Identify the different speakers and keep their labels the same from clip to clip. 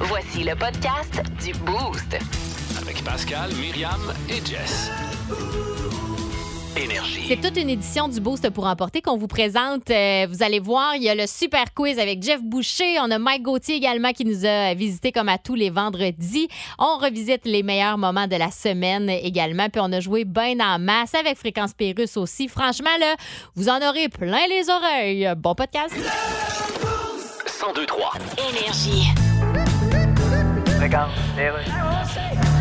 Speaker 1: Voici le podcast du Boost.
Speaker 2: Avec Pascal, Myriam et Jess. Énergie.
Speaker 3: C'est toute une édition du Boost pour emporter qu'on vous présente. Euh, vous allez voir, il y a le super quiz avec Jeff Boucher. On a Mike Gauthier également qui nous a visité comme à tous les vendredis. On revisite les meilleurs moments de la semaine également. Puis on a joué bien en masse avec Fréquence Pérus aussi. Franchement, là, vous en aurez plein les oreilles. Bon podcast.
Speaker 4: Euh.
Speaker 2: 1023.
Speaker 1: Énergie.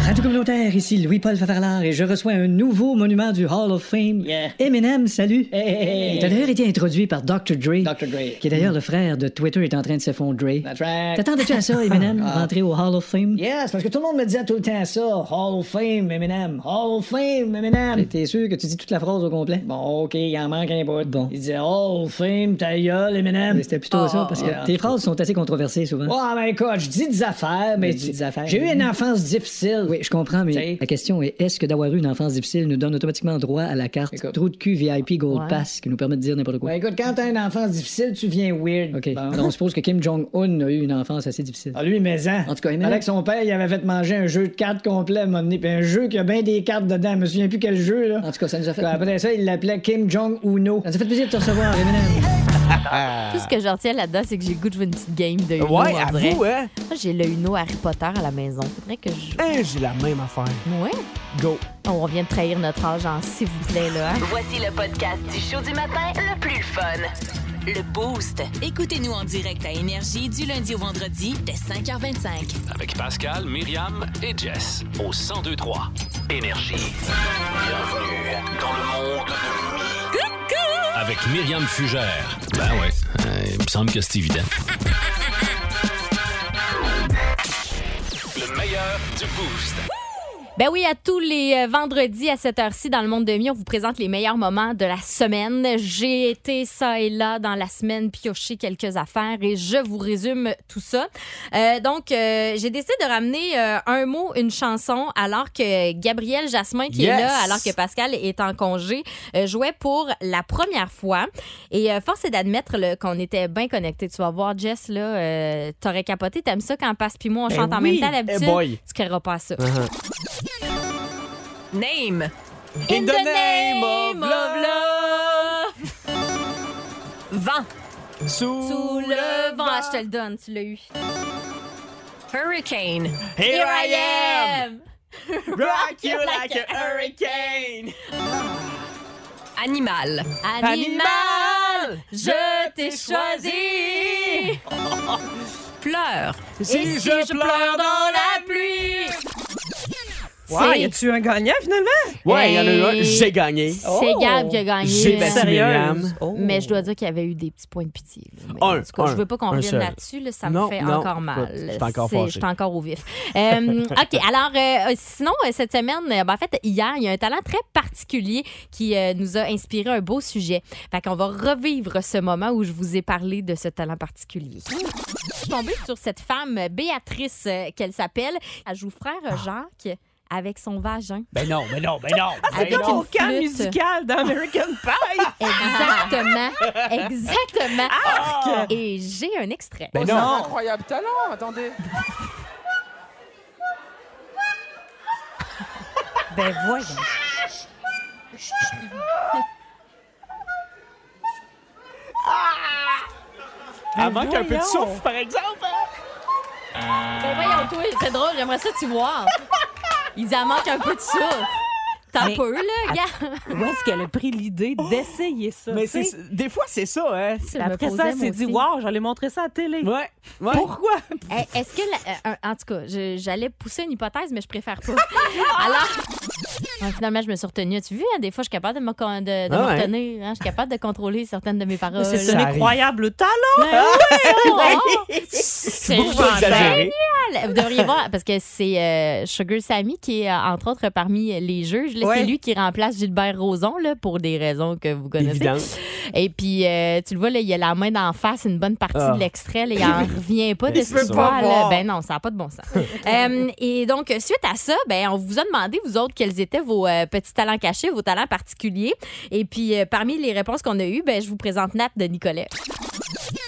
Speaker 5: Radio communautaire, ici Louis-Paul Favarlard et je reçois un nouveau monument du Hall of Fame. Eminem, salut. Il a d'ailleurs été introduit par Dr. Dre.
Speaker 6: Dr. Dre.
Speaker 5: Qui est d'ailleurs le frère de Twitter est en train de s'effondrer.
Speaker 6: That's right.
Speaker 5: T'attendais-tu à ça, Eminem, rentrer au Hall of Fame?
Speaker 6: Yes, parce que tout le monde me disait tout le temps ça. Hall of Fame, Eminem. Hall of Fame, Eminem.
Speaker 5: T'es sûr que tu dis toute la phrase au complet?
Speaker 6: Bon, OK, il en manque un bout.
Speaker 5: Bon.
Speaker 6: Il disait Hall of Fame, ta gueule, Eminem.
Speaker 5: Mais C'était plutôt ça, parce que
Speaker 6: ah.
Speaker 5: tes phrases sont assez controversées souvent.
Speaker 6: Oh, ben écoute, je dis des affaires, mais
Speaker 5: Mais dis
Speaker 6: tu-
Speaker 5: des affaires.
Speaker 6: j'ai eu une enfance difficile.
Speaker 5: Oui, je comprends, mais
Speaker 6: T'sais.
Speaker 5: la question est est-ce que d'avoir eu une enfance difficile nous donne automatiquement droit à la carte
Speaker 6: Écoute.
Speaker 5: Trou de cul VIP Gold
Speaker 3: Ouais.
Speaker 5: Pass qui nous permet de dire n'importe quoi?
Speaker 6: Ben écoute, quand t'as une enfance difficile, tu viens weird.
Speaker 5: OK.
Speaker 6: Bon.
Speaker 5: Alors, on suppose que Kim Jong-un a eu une enfance assez difficile.
Speaker 6: Ah, lui, mais
Speaker 5: En tout cas, Eminem-
Speaker 6: Avec son père, il avait fait manger un jeu de cartes complet, à un moment donné, puis un jeu qui a bien des cartes dedans. Je me souviens plus quel jeu, là.
Speaker 5: En tout cas, ça nous a fait.
Speaker 6: Puis Après ça, il l'appelait Kim Jong-uno.
Speaker 5: Ça nous a fait plaisir de te recevoir, Eminem.
Speaker 3: Tout ce que je retiens là-dedans, c'est que j'ai le goût de jouer une petite game de Uno.
Speaker 4: Ouais,
Speaker 3: on dirait.
Speaker 4: avoue, hein?
Speaker 3: Moi, j'ai le Uno Harry Potter à la maison. Faudrait que je.
Speaker 4: Hein, j'ai la même affaire.
Speaker 3: Ouais.
Speaker 4: Go.
Speaker 3: On vient de trahir notre âge en s'il vous plaît, là. hein.
Speaker 1: Voici le podcast du show du matin le plus fun. Le Boost.
Speaker 7: Écoutez-nous en direct à Énergie du lundi au vendredi dès 5h25.
Speaker 2: Avec Pascal, Myriam et Jess. Au 1023. Énergie. Bienvenue dans le monde de Avec Myriam Fugère. Ben ouais, euh, il me semble que c'est évident. Le meilleur du boost.
Speaker 3: Ben oui, à tous les euh, vendredis à cette heure-ci dans le monde de mi, on vous présente les meilleurs moments de la semaine. J'ai été ça et là dans la semaine piocher quelques affaires et je vous résume tout ça. Euh, donc, euh, j'ai décidé de ramener euh, un mot, une chanson, alors que Gabriel Jasmin, qui
Speaker 4: Yes!
Speaker 3: est là, alors que Pascal est en congé, euh, jouait pour la première fois. Et euh, force est d'admettre là, qu'on était bien connectés. Tu vas voir, Jess, là, euh, t'aurais capoté. T'aimes ça quand Passe puis moi, on
Speaker 4: Ben
Speaker 3: chante en
Speaker 4: oui!
Speaker 3: même temps d'habitude?
Speaker 4: Eh boy!
Speaker 3: Tu créeras pas à ça.
Speaker 7: Name.
Speaker 4: In the name of love.
Speaker 7: Vent.
Speaker 4: Sous,
Speaker 3: Sous le vent. Ah, je te le donne, tu l'as eu.
Speaker 7: Hurricane.
Speaker 4: Here I am.
Speaker 3: am.
Speaker 4: Rock you like a hurricane.
Speaker 7: Animal.
Speaker 3: Animal, je t'ai choisi.
Speaker 7: Fleur.
Speaker 3: Et
Speaker 4: Si je pleure dans la pluie.
Speaker 8: Wow,
Speaker 3: C'est-
Speaker 8: y a-tu un gagnant finalement?
Speaker 4: Ouais, il y en a eu
Speaker 3: Hey.
Speaker 4: un. J'ai gagné. Oh.
Speaker 3: C'est Gab qui a gagné.
Speaker 4: J'ai battu
Speaker 8: Sérieuse?
Speaker 4: Myriam.
Speaker 8: Oh.
Speaker 3: Mais je dois dire qu'il y avait eu des petits points de pitié. là. Mais
Speaker 4: Un,
Speaker 3: en tout cas, je
Speaker 4: un,
Speaker 3: veux pas qu'on
Speaker 4: un
Speaker 3: revienne
Speaker 4: seul.
Speaker 3: là-dessus. là, ça
Speaker 4: Non,
Speaker 3: me fait
Speaker 4: non,
Speaker 3: encore
Speaker 4: écoute,
Speaker 3: mal.
Speaker 4: je suis encore
Speaker 3: C'est-
Speaker 4: fâché.
Speaker 3: Je suis encore au vif. Euh, OK, alors, euh, sinon, euh, cette semaine, euh, ben, en fait, hier, il y a un talent très particulier qui euh, nous a inspiré un beau sujet. Fait qu'on va revivre ce moment où je vous ai parlé de ce talent particulier. Je suis tombée sur cette femme, euh, Béatrice, euh, qu'elle s'appelle. Elle joue frère euh, Jacques avec son vagin.
Speaker 4: Ben non, ben non, ben non.
Speaker 8: Ah, C'est
Speaker 4: Ben
Speaker 8: comme
Speaker 4: non.
Speaker 8: au camp
Speaker 3: flûte.
Speaker 8: musical d'American Pie.
Speaker 3: Exactement. Exactement.
Speaker 8: Ah!
Speaker 3: Et j'ai un extrait.
Speaker 4: Ben non.
Speaker 9: Incroyable talent, attendez.
Speaker 8: ben voyons.
Speaker 4: Elle manque un peu de
Speaker 8: voyons.
Speaker 4: souffle, par exemple.
Speaker 3: Ben voyons, toi, c'est drôle, j'aimerais ça t'y voir. Il en manque un peu de ça. T'as
Speaker 8: Mais-
Speaker 3: peu, là, gars.
Speaker 8: Où est-ce qu'elle a pris l'idée d'essayer ça?
Speaker 4: Mais
Speaker 8: tu sais?
Speaker 4: c'est- des fois, c'est ça, hein.
Speaker 3: Je me
Speaker 8: Après
Speaker 3: posais,
Speaker 8: ça,
Speaker 3: moi
Speaker 8: elle s'est dit,
Speaker 3: aussi.
Speaker 8: wow, j'allais montrer ça à la télé.
Speaker 4: Ouais. ouais.
Speaker 8: Pourquoi?
Speaker 3: Hey, Est-ce que. la- euh, en tout cas, je- j'allais pousser une hypothèse, mais je préfère pas. Alors. Ouais, finalement, je me suis retenue. Tu vois, des fois, je suis capable de me, con- de, de
Speaker 4: Ah
Speaker 3: me
Speaker 4: ouais.
Speaker 3: retenir. hein. Je suis capable de contrôler certaines de mes paroles.
Speaker 8: C'est
Speaker 4: ça
Speaker 8: un
Speaker 4: arrive.
Speaker 8: incroyable talent.
Speaker 3: Ben
Speaker 4: Ah,
Speaker 3: oui, oh! C'est
Speaker 4: Beaucoup trop exagéré.
Speaker 3: génial. Vous devriez voir, parce que c'est euh, Sugar Sammy qui est, euh, entre autres, parmi les juges. Là, C'est
Speaker 8: Ouais.
Speaker 3: lui qui remplace Gilbert Rozon, là, pour des raisons que vous connaissez.
Speaker 4: Évident.
Speaker 3: Et puis, euh, tu le vois, là, il a la main d'en face, une bonne partie
Speaker 4: Ah.
Speaker 3: de l'extrait. là, Il en revient pas de
Speaker 4: Il
Speaker 3: ce
Speaker 4: peut
Speaker 3: qu'il
Speaker 4: pas
Speaker 3: voit, là.
Speaker 4: voir.
Speaker 3: Ben non, ça n'a pas de bon sens. Euh, et donc, suite à ça, ben, on vous a demandé, vous autres, quels étaient vos euh, petits talents cachés, vos talents particuliers. Et puis, euh, parmi les réponses qu'on a eues, ben, je vous présente Nat de Nicolet.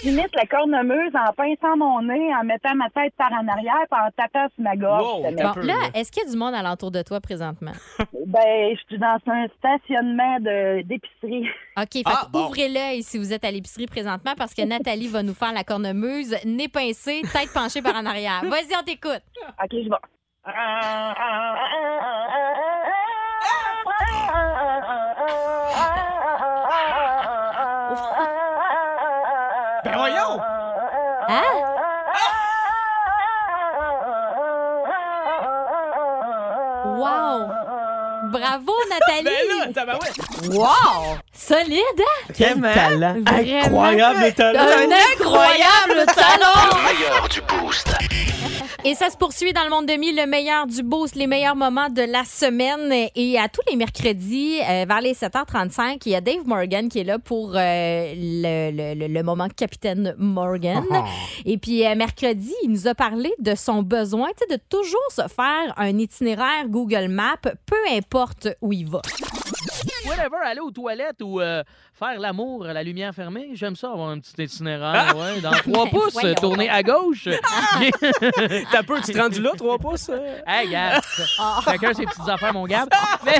Speaker 9: J'imite la cornemuse en pinçant mon nez, en mettant ma tête par en arrière, puis en tapant sur ma gorge.
Speaker 4: Wow,
Speaker 9: Mais-
Speaker 4: Un
Speaker 3: Bon,
Speaker 4: peu,
Speaker 3: là,
Speaker 4: là.
Speaker 3: est-ce qu'il y a du monde alentour de toi présentement?
Speaker 9: Ben, je suis dans un stationnement de- d'épicerie.
Speaker 3: OK, fait
Speaker 4: Ah,
Speaker 3: que
Speaker 4: bon.
Speaker 3: ouvrez l'œil si vous êtes à l'épicerie présentement parce que Nathalie va nous faire la cornemuse, nez pincé, tête penchée par en arrière. Vas-y, on t'écoute.
Speaker 9: OK, je vais.
Speaker 4: Ben voyons!
Speaker 3: Hein? Wow! Bravo,
Speaker 4: Ben là,
Speaker 3: Nathalie!
Speaker 4: tabarouette!
Speaker 8: Wow!
Speaker 3: Solide, hein?
Speaker 8: Quel talent!
Speaker 3: Vraiment.
Speaker 8: Incroyable talent!
Speaker 3: Un incroyable talent!
Speaker 2: Le meilleur du boost.
Speaker 3: Et ça se poursuit dans le monde de mi, le meilleur du boost, les meilleurs moments de la semaine. Et à tous les mercredis, euh, vers les 7h35, il y a Dave Morgan qui est là pour euh, le, le- le- le moment Capitaine Morgan. Et puis, euh, mercredi, il nous a parlé de son besoin tu sais, de toujours se faire un itinéraire Google Maps, peu importe où il va.
Speaker 10: Whatever, aller aux toilettes ou euh, faire l'amour à la lumière fermée, j'aime ça avoir un petit
Speaker 4: Ah!
Speaker 10: itinéraire. Ouais, dans trois
Speaker 3: Ben,
Speaker 10: pouces,
Speaker 3: voyons
Speaker 10: tourner
Speaker 3: donc.
Speaker 10: à gauche.
Speaker 4: T'as peu, tu te rendu là, trois pouces? hein?
Speaker 10: hey, gars,
Speaker 4: Ah!
Speaker 10: chacun ses petites affaires, mon gars. Mais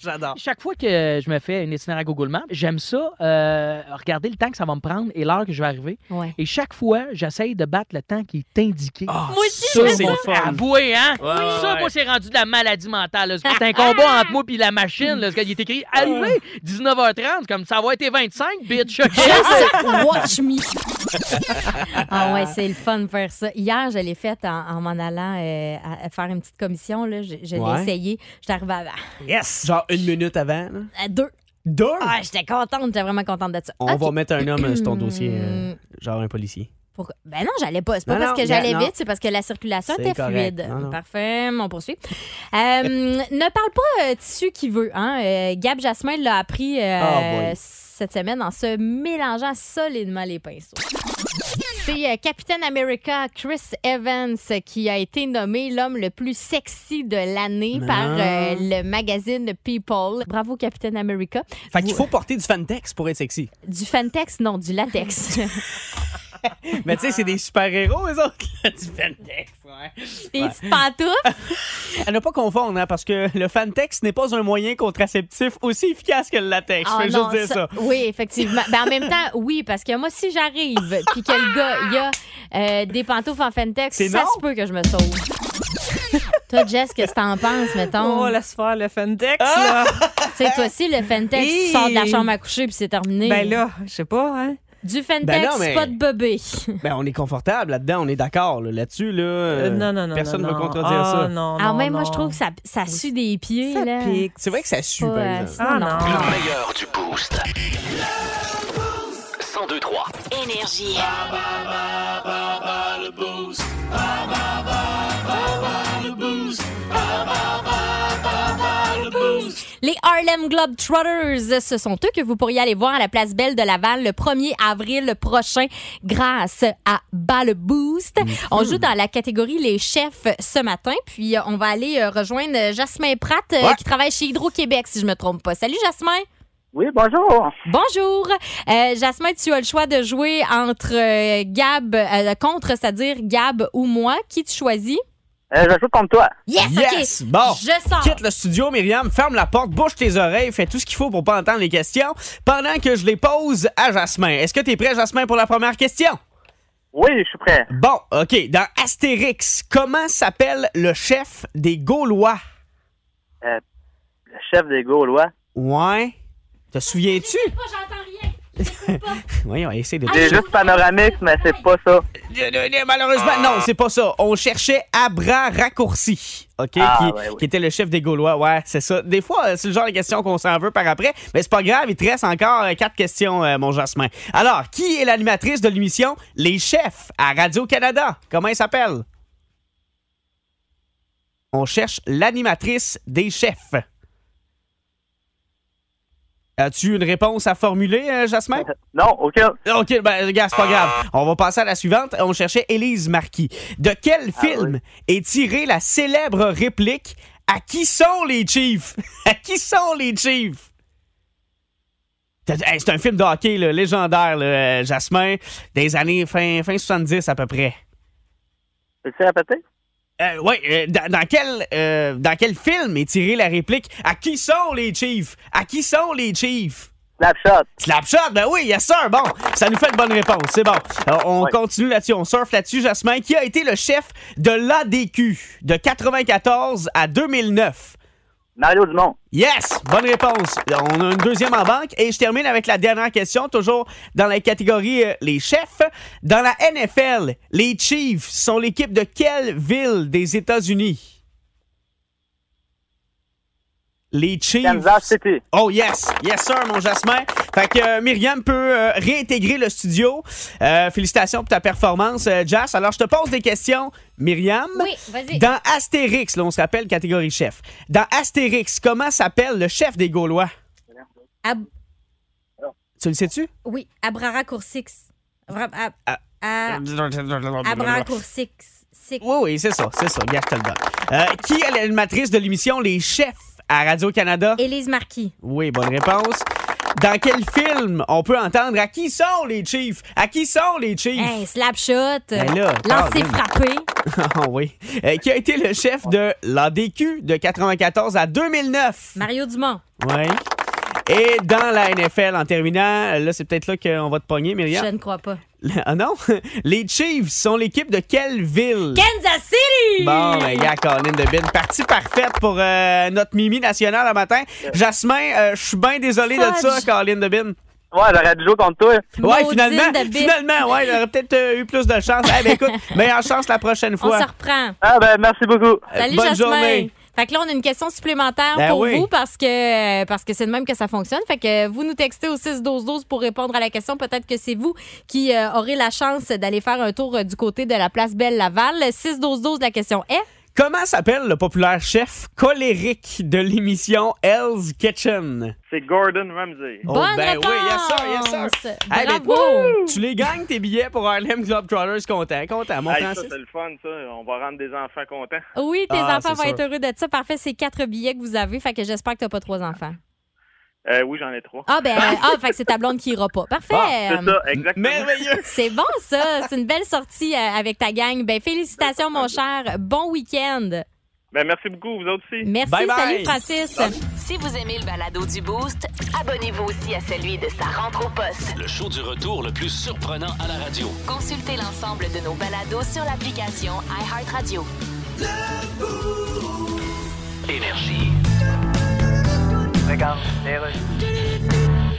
Speaker 4: J'adore.
Speaker 10: chaque fois que je me fais une itinéraire Google Maps, j'aime ça euh, regarder le temps que ça va me prendre et l'heure que je vais arriver.
Speaker 3: Ouais.
Speaker 10: Et chaque fois, j'essaye de battre le temps qui est indiqué.
Speaker 3: Moi aussi,
Speaker 10: Ah, Ça,
Speaker 3: je
Speaker 10: c'est
Speaker 3: fais
Speaker 10: le
Speaker 3: ça.
Speaker 10: fun. Avouez, hein?
Speaker 4: Ouais, ouais,
Speaker 10: ça,
Speaker 4: ouais.
Speaker 10: moi, c'est rendu de la maladie mentale. là. C'est un
Speaker 8: Ah!
Speaker 10: combat entre moi et la machine. Là, parce qu'il est écrit arrivé 19h30. c'est Comme ça va être 25, bitch.
Speaker 3: Just watch me. ah ouais, c'est le fun de faire ça. Hier, je l'ai fait en, en m'en allant euh, à- à faire une petite commission. Là. Je, je
Speaker 4: Ouais.
Speaker 3: l'ai essayé. J'étais arrivée à,
Speaker 4: Yes! Genre une minute avant. là.
Speaker 3: à deux.
Speaker 4: Deux?
Speaker 3: Ah, j'étais contente. J'étais vraiment contente de ça.
Speaker 4: On
Speaker 3: Ok.
Speaker 4: va mettre un homme sur ton dossier, euh,
Speaker 3: Ah, Hmm.
Speaker 4: genre un policier.
Speaker 3: Pourquoi? Ben non, j'allais pas. C'est pas
Speaker 4: Non,
Speaker 3: parce
Speaker 4: non,
Speaker 3: que j'allais
Speaker 4: non.
Speaker 3: vite, c'est parce que la circulation
Speaker 4: C'est
Speaker 3: était
Speaker 4: correct.
Speaker 3: fluide.
Speaker 4: Non, non.
Speaker 3: Parfait, on poursuit. Euh, ne parle pas euh, tissu qui veut. Hein? Euh, Gab Jasmin l'a appris euh,
Speaker 4: Ah, boy.
Speaker 3: cette semaine en se mélangeant solidement les pinceaux. C'est euh, Captain America Chris Evans qui a été nommé l'homme le plus sexy de l'année
Speaker 4: Non.
Speaker 3: par euh, le magazine People. Bravo Captain America.
Speaker 4: Fait qu'il faut porter du fantex pour être sexy.
Speaker 3: Du fantex, non, du latex.
Speaker 4: Mais tu sais, c'est des super-héros, eux autres, là, du fantex. Ouais.
Speaker 3: Des petites pantoufles.
Speaker 4: À ne pas confondre, hein, parce que le fantex n'est pas un moyen contraceptif aussi efficace que le latex.
Speaker 3: Ah
Speaker 4: je veux
Speaker 3: non,
Speaker 4: juste dire ça.
Speaker 3: Oui, effectivement. Ben, en même temps, oui, parce que moi, si j'arrive puis que le gars, il a euh, des pantoufles en Fentex,
Speaker 4: C'est
Speaker 3: ça
Speaker 4: non.
Speaker 3: se peut que je me sauve. toi, Jess, qu'est-ce que t'en penses, mettons?
Speaker 8: On laisse faire le Fentex, là.
Speaker 10: Ah!
Speaker 3: Tu sais, toi aussi, le Fentex, tu sors de la chambre à coucher puis c'est terminé.
Speaker 8: Ben là, je sais pas, hein.
Speaker 3: Du Fentex,
Speaker 4: Ben non, mais-
Speaker 3: pas de bébé.
Speaker 8: Oh
Speaker 4: Ben, on est confortable là-dedans, on est d'accord là, là-dessus. Là,
Speaker 8: Euh,
Speaker 4: euh,
Speaker 8: non, non, non.
Speaker 4: Personne ne
Speaker 8: non,
Speaker 4: va
Speaker 8: non.
Speaker 4: contredire
Speaker 8: Ah,
Speaker 4: ça.
Speaker 8: Non,
Speaker 3: Ah,
Speaker 8: non,
Speaker 3: même moi,
Speaker 8: non.
Speaker 3: je trouve que ça, ça sue des pieds.
Speaker 8: ça
Speaker 3: là.
Speaker 8: pique.
Speaker 4: C'est vrai que ça
Speaker 3: Pas,
Speaker 4: sue, par
Speaker 3: euh,
Speaker 4: exemple.
Speaker 3: non,
Speaker 8: Ah,
Speaker 3: non.
Speaker 8: non.
Speaker 2: Le meilleur du boost. 1023
Speaker 7: Énergie.
Speaker 3: Les Harlem Globetrotters, ce sont eux que vous pourriez aller voir à la place Belle de Laval le 1er avril prochain grâce à Balle Boost.
Speaker 4: Mm-hmm.
Speaker 3: On joue dans la catégorie les chefs ce matin, puis euh, on va aller euh, rejoindre Jasmin Pratt euh,
Speaker 4: Ouais.
Speaker 3: qui travaille chez Hydro-Québec si je me trompe pas. Salut Jasmin.
Speaker 9: Oui, bonjour.
Speaker 3: Bonjour. Euh, Jasmin, tu as le choix de jouer entre euh, Gab euh, contre, c'est-à-dire Gab ou moi, qui tu choisis
Speaker 9: Euh, je joue contre toi.
Speaker 3: Yes,
Speaker 4: Yes!
Speaker 3: OK.
Speaker 4: Bon!
Speaker 3: Je sors.
Speaker 4: Quitte le studio, Myriam, ferme la porte, bouche tes oreilles, fais tout ce qu'il faut pour pas entendre les questions pendant que je les pose à Jasmin. Est-ce que t'es prêt, Jasmin, pour la première question?
Speaker 9: Oui, je suis prêt.
Speaker 4: Bon, OK. Dans Astérix, comment s'appelle le chef des Gaulois?
Speaker 9: Le chef des Gaulois.
Speaker 4: Ouais. Te souviens-tu?
Speaker 3: Moi, j'entends rien.
Speaker 4: Voyons, essaie
Speaker 3: Ah,
Speaker 4: de...
Speaker 9: J'ai juste panoramique, mais c'est pas ça.
Speaker 4: Malheureusement, non,
Speaker 9: Ah.
Speaker 4: c'est pas ça. On cherchait Abra Raccourci, OK,
Speaker 9: Ah,
Speaker 4: qui,
Speaker 9: ouais, oui.
Speaker 4: qui était le chef des Gaulois. Ouais, c'est ça. Des fois, euh, c'est le genre de question qu'on s'en veut par après, mais c'est pas grave, il te reste encore euh, quatre questions, euh, mon Jasmin. Alors, qui est l'animatrice de l'émission Les Chefs à Radio-Canada? Comment elle s'appelle? On cherche l'animatrice des chefs. As-tu une réponse à formuler, euh, Jasmin?
Speaker 9: Non, aucun.
Speaker 4: OK, ben, gars, c'est pas grave. On va passer à la suivante. On cherchait Élise Marquis. De quel film est tirée la célèbre réplique À qui sont les Chiefs? À qui sont les Chiefs? T'as- hey, c'est un film de hockey là, légendaire, là, euh, Jasmin, des années fin, fin 70 à peu près.
Speaker 11: Peux-tu répéter?
Speaker 4: Euh, oui, dans, dans quel, euh, dans quel film est tirée la réplique À qui sont les Chiefs À qui sont les Chiefs
Speaker 11: Slapshot.
Speaker 4: Slapshot, ben oui, yes sir. Bon, ça nous fait une bonne réponse, c'est bon. Euh, on continue là-dessus, on surfe là-dessus, Jasmin, qui a été le chef de l'ADQ de 94 à 2009
Speaker 11: Mario Dumont.
Speaker 4: Yes, bonne réponse. On a une deuxième en banque et je termine avec la dernière question, toujours dans la catégorie euh, les chefs. Dans la NFL, les Chiefs sont l'équipe de quelle ville des États-Unis? Les Chiefs.
Speaker 11: Kansas City.
Speaker 4: Oh yes, yes sir, mon Jasmin. Fait que euh, Myriam peut euh, réintégrer le studio. Euh, félicitations pour ta performance, euh, Jas. Alors je te pose des questions, Myriam.
Speaker 3: Oui, vas-y.
Speaker 4: Dans Astérix, là, on se rappelle catégorie chef. Dans Astérix, comment s'appelle le chef des Gaulois?
Speaker 3: Ab-
Speaker 4: Tu le sais-tu?
Speaker 3: oui, Abrara Coursix. Vra- ab-
Speaker 4: Ah.
Speaker 3: a- Abrara
Speaker 4: Oui,
Speaker 3: Coursix. Six.
Speaker 4: oui, c'est ça, c'est ça. Regarde, je te le donne. Euh, qui est l'animatrice de l'émission Les Chefs à Radio-Canada?
Speaker 3: Élise Marquis.
Speaker 4: Oui, bonne réponse. Dans quel film on peut entendre à qui sont les Chiefs? À qui sont les Chiefs?
Speaker 3: Hey, slapshot.
Speaker 4: Ben là,
Speaker 3: Lancer
Speaker 4: Colin.
Speaker 3: frappé.
Speaker 4: Ah oui. Euh, qui a été le chef de l'ADQ de 94 à 2009.
Speaker 3: Mario Dumont.
Speaker 4: Oui. Et dans la NFL, en terminant, là, c'est peut-être là qu'on va te pogner,
Speaker 3: Je
Speaker 4: Myriam.
Speaker 3: ne crois pas.
Speaker 4: Ah non? Les Chiefs sont l'équipe de quelle ville?
Speaker 3: Kansas City!
Speaker 4: Bon, ben, gars, Colin de Bin. Partie parfaite pour euh, notre Mimi nationale le matin. Jasmin, euh, je suis bien désolé de ça,
Speaker 11: Fudge.
Speaker 4: Colin de Bin.
Speaker 11: Ouais, j'aurais dû jouer contre toi.
Speaker 4: Ouais,
Speaker 11: Maudine
Speaker 4: finalement,
Speaker 11: de Bin.
Speaker 4: finalement, ouais, j'aurais peut-être euh, eu plus de chance. Eh ben, écoute, meilleure chance la prochaine
Speaker 3: On
Speaker 4: fois.
Speaker 3: se reprend.
Speaker 11: Ah ben, merci beaucoup.
Speaker 3: Salut,
Speaker 4: Euh, bonne
Speaker 3: Jasmin.
Speaker 4: journée.
Speaker 3: Fait que là, on a une question supplémentaire
Speaker 4: Ben
Speaker 3: pour
Speaker 4: oui.
Speaker 3: vous parce que euh, parce que c'est de même que ça fonctionne. Fait que euh, vous nous textez au 6-12-12 pour répondre à la question. Peut-être que c'est vous qui euh, aurez la chance d'aller faire un tour euh, du côté de la place Belle-Laval. 6-12-12, la question est...
Speaker 4: Comment s'appelle le populaire chef colérique de l'émission Hell's Kitchen?
Speaker 11: C'est Gordon Ramsay.
Speaker 4: Oh, ben oui, yes sir, yes sir. Hey, ben, tu les gagnes tes billets pour Harlem Globetrotters, content, content, mon
Speaker 12: Hey, ça,
Speaker 4: Francis.
Speaker 12: c'est le fun, ça. On va rendre des enfants contents.
Speaker 3: Oui, tes
Speaker 4: Ah,
Speaker 3: enfants
Speaker 4: c'est
Speaker 3: vont être
Speaker 4: sûr.
Speaker 3: heureux d'être ça. Parfait, c'est quatre billets que vous avez. Fait que j'espère que t'as pas trois enfants.
Speaker 12: Euh, oui, j'en ai trois.
Speaker 3: Ah ben, euh, ah, fait que c'est ta blonde qui ira pas. Parfait.
Speaker 12: Ah,
Speaker 10: Euh,
Speaker 12: c'est ça, exactement.
Speaker 3: C'est bon, ça. C'est une belle sortie euh, avec ta gang. Ben, félicitations, mon cher. Bon week-end.
Speaker 12: Ben, merci beaucoup, vous autres aussi.
Speaker 3: Merci. Bye bye. Salut, Francis.
Speaker 1: Si vous aimez le balado du Boost, abonnez-vous aussi à celui de sa rentre au poste.
Speaker 2: Le show du retour le plus surprenant à la radio.
Speaker 1: Consultez l'ensemble de nos balados sur l'application iHeartRadio.
Speaker 2: Énergie.
Speaker 11: Regarde,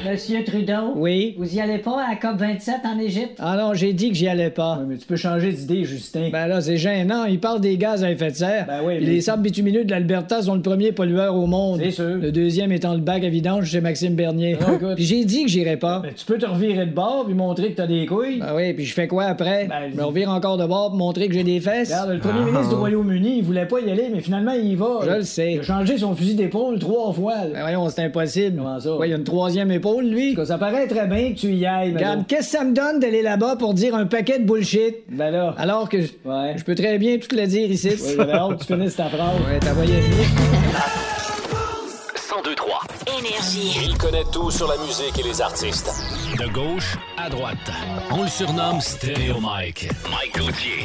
Speaker 6: Monsieur Trudeau, oui. vous y allez pas à la COP27 en Égypte? Ah non, j'ai dit que j'y allais pas. mais tu peux changer d'idée, Justin. Ben là, c'est gênant. Il parle des gaz à effet de serre. Ben oui, Les sables bitumineux de l'Alberta sont le premier pollueur au monde. C'est sûr. Ah, Le deuxième étant le bac à vidange chez Maxime Bernier. Puis j'ai dit que j'irais pas. Ben tu peux te revirer de bord puis montrer que t'as des couilles. Ben oui, puis je fais quoi après? je me revire encore de bord pour montrer que j'ai des fesses.
Speaker 13: Regarde, le
Speaker 14: Ah.
Speaker 13: premier ministre du
Speaker 6: Royaume-Uni, il voulait pas y aller, mais finalement, il y va. Je le sais. Il a changé son fusil d'épaule trois fois. Ben voyons, c'est impossible. Comment ça? il y a une troisième épaule, lui. ça paraît très bien que tu y ailles. Regarde, qu'est-ce que ça me donne d'aller là-bas pour dire un paquet de bullshit? Ben là. Alors que je je peux très bien tout le dire ici.
Speaker 13: Ouais, j'avais hâte que tu
Speaker 6: finisses ta phrase. Ouais, t'as voyé venir.
Speaker 2: 1023 Énergie. Il connaît tout sur la musique et les artistes. De gauche à droite. On le surnomme Stéréo Mike. Mike Gauthier.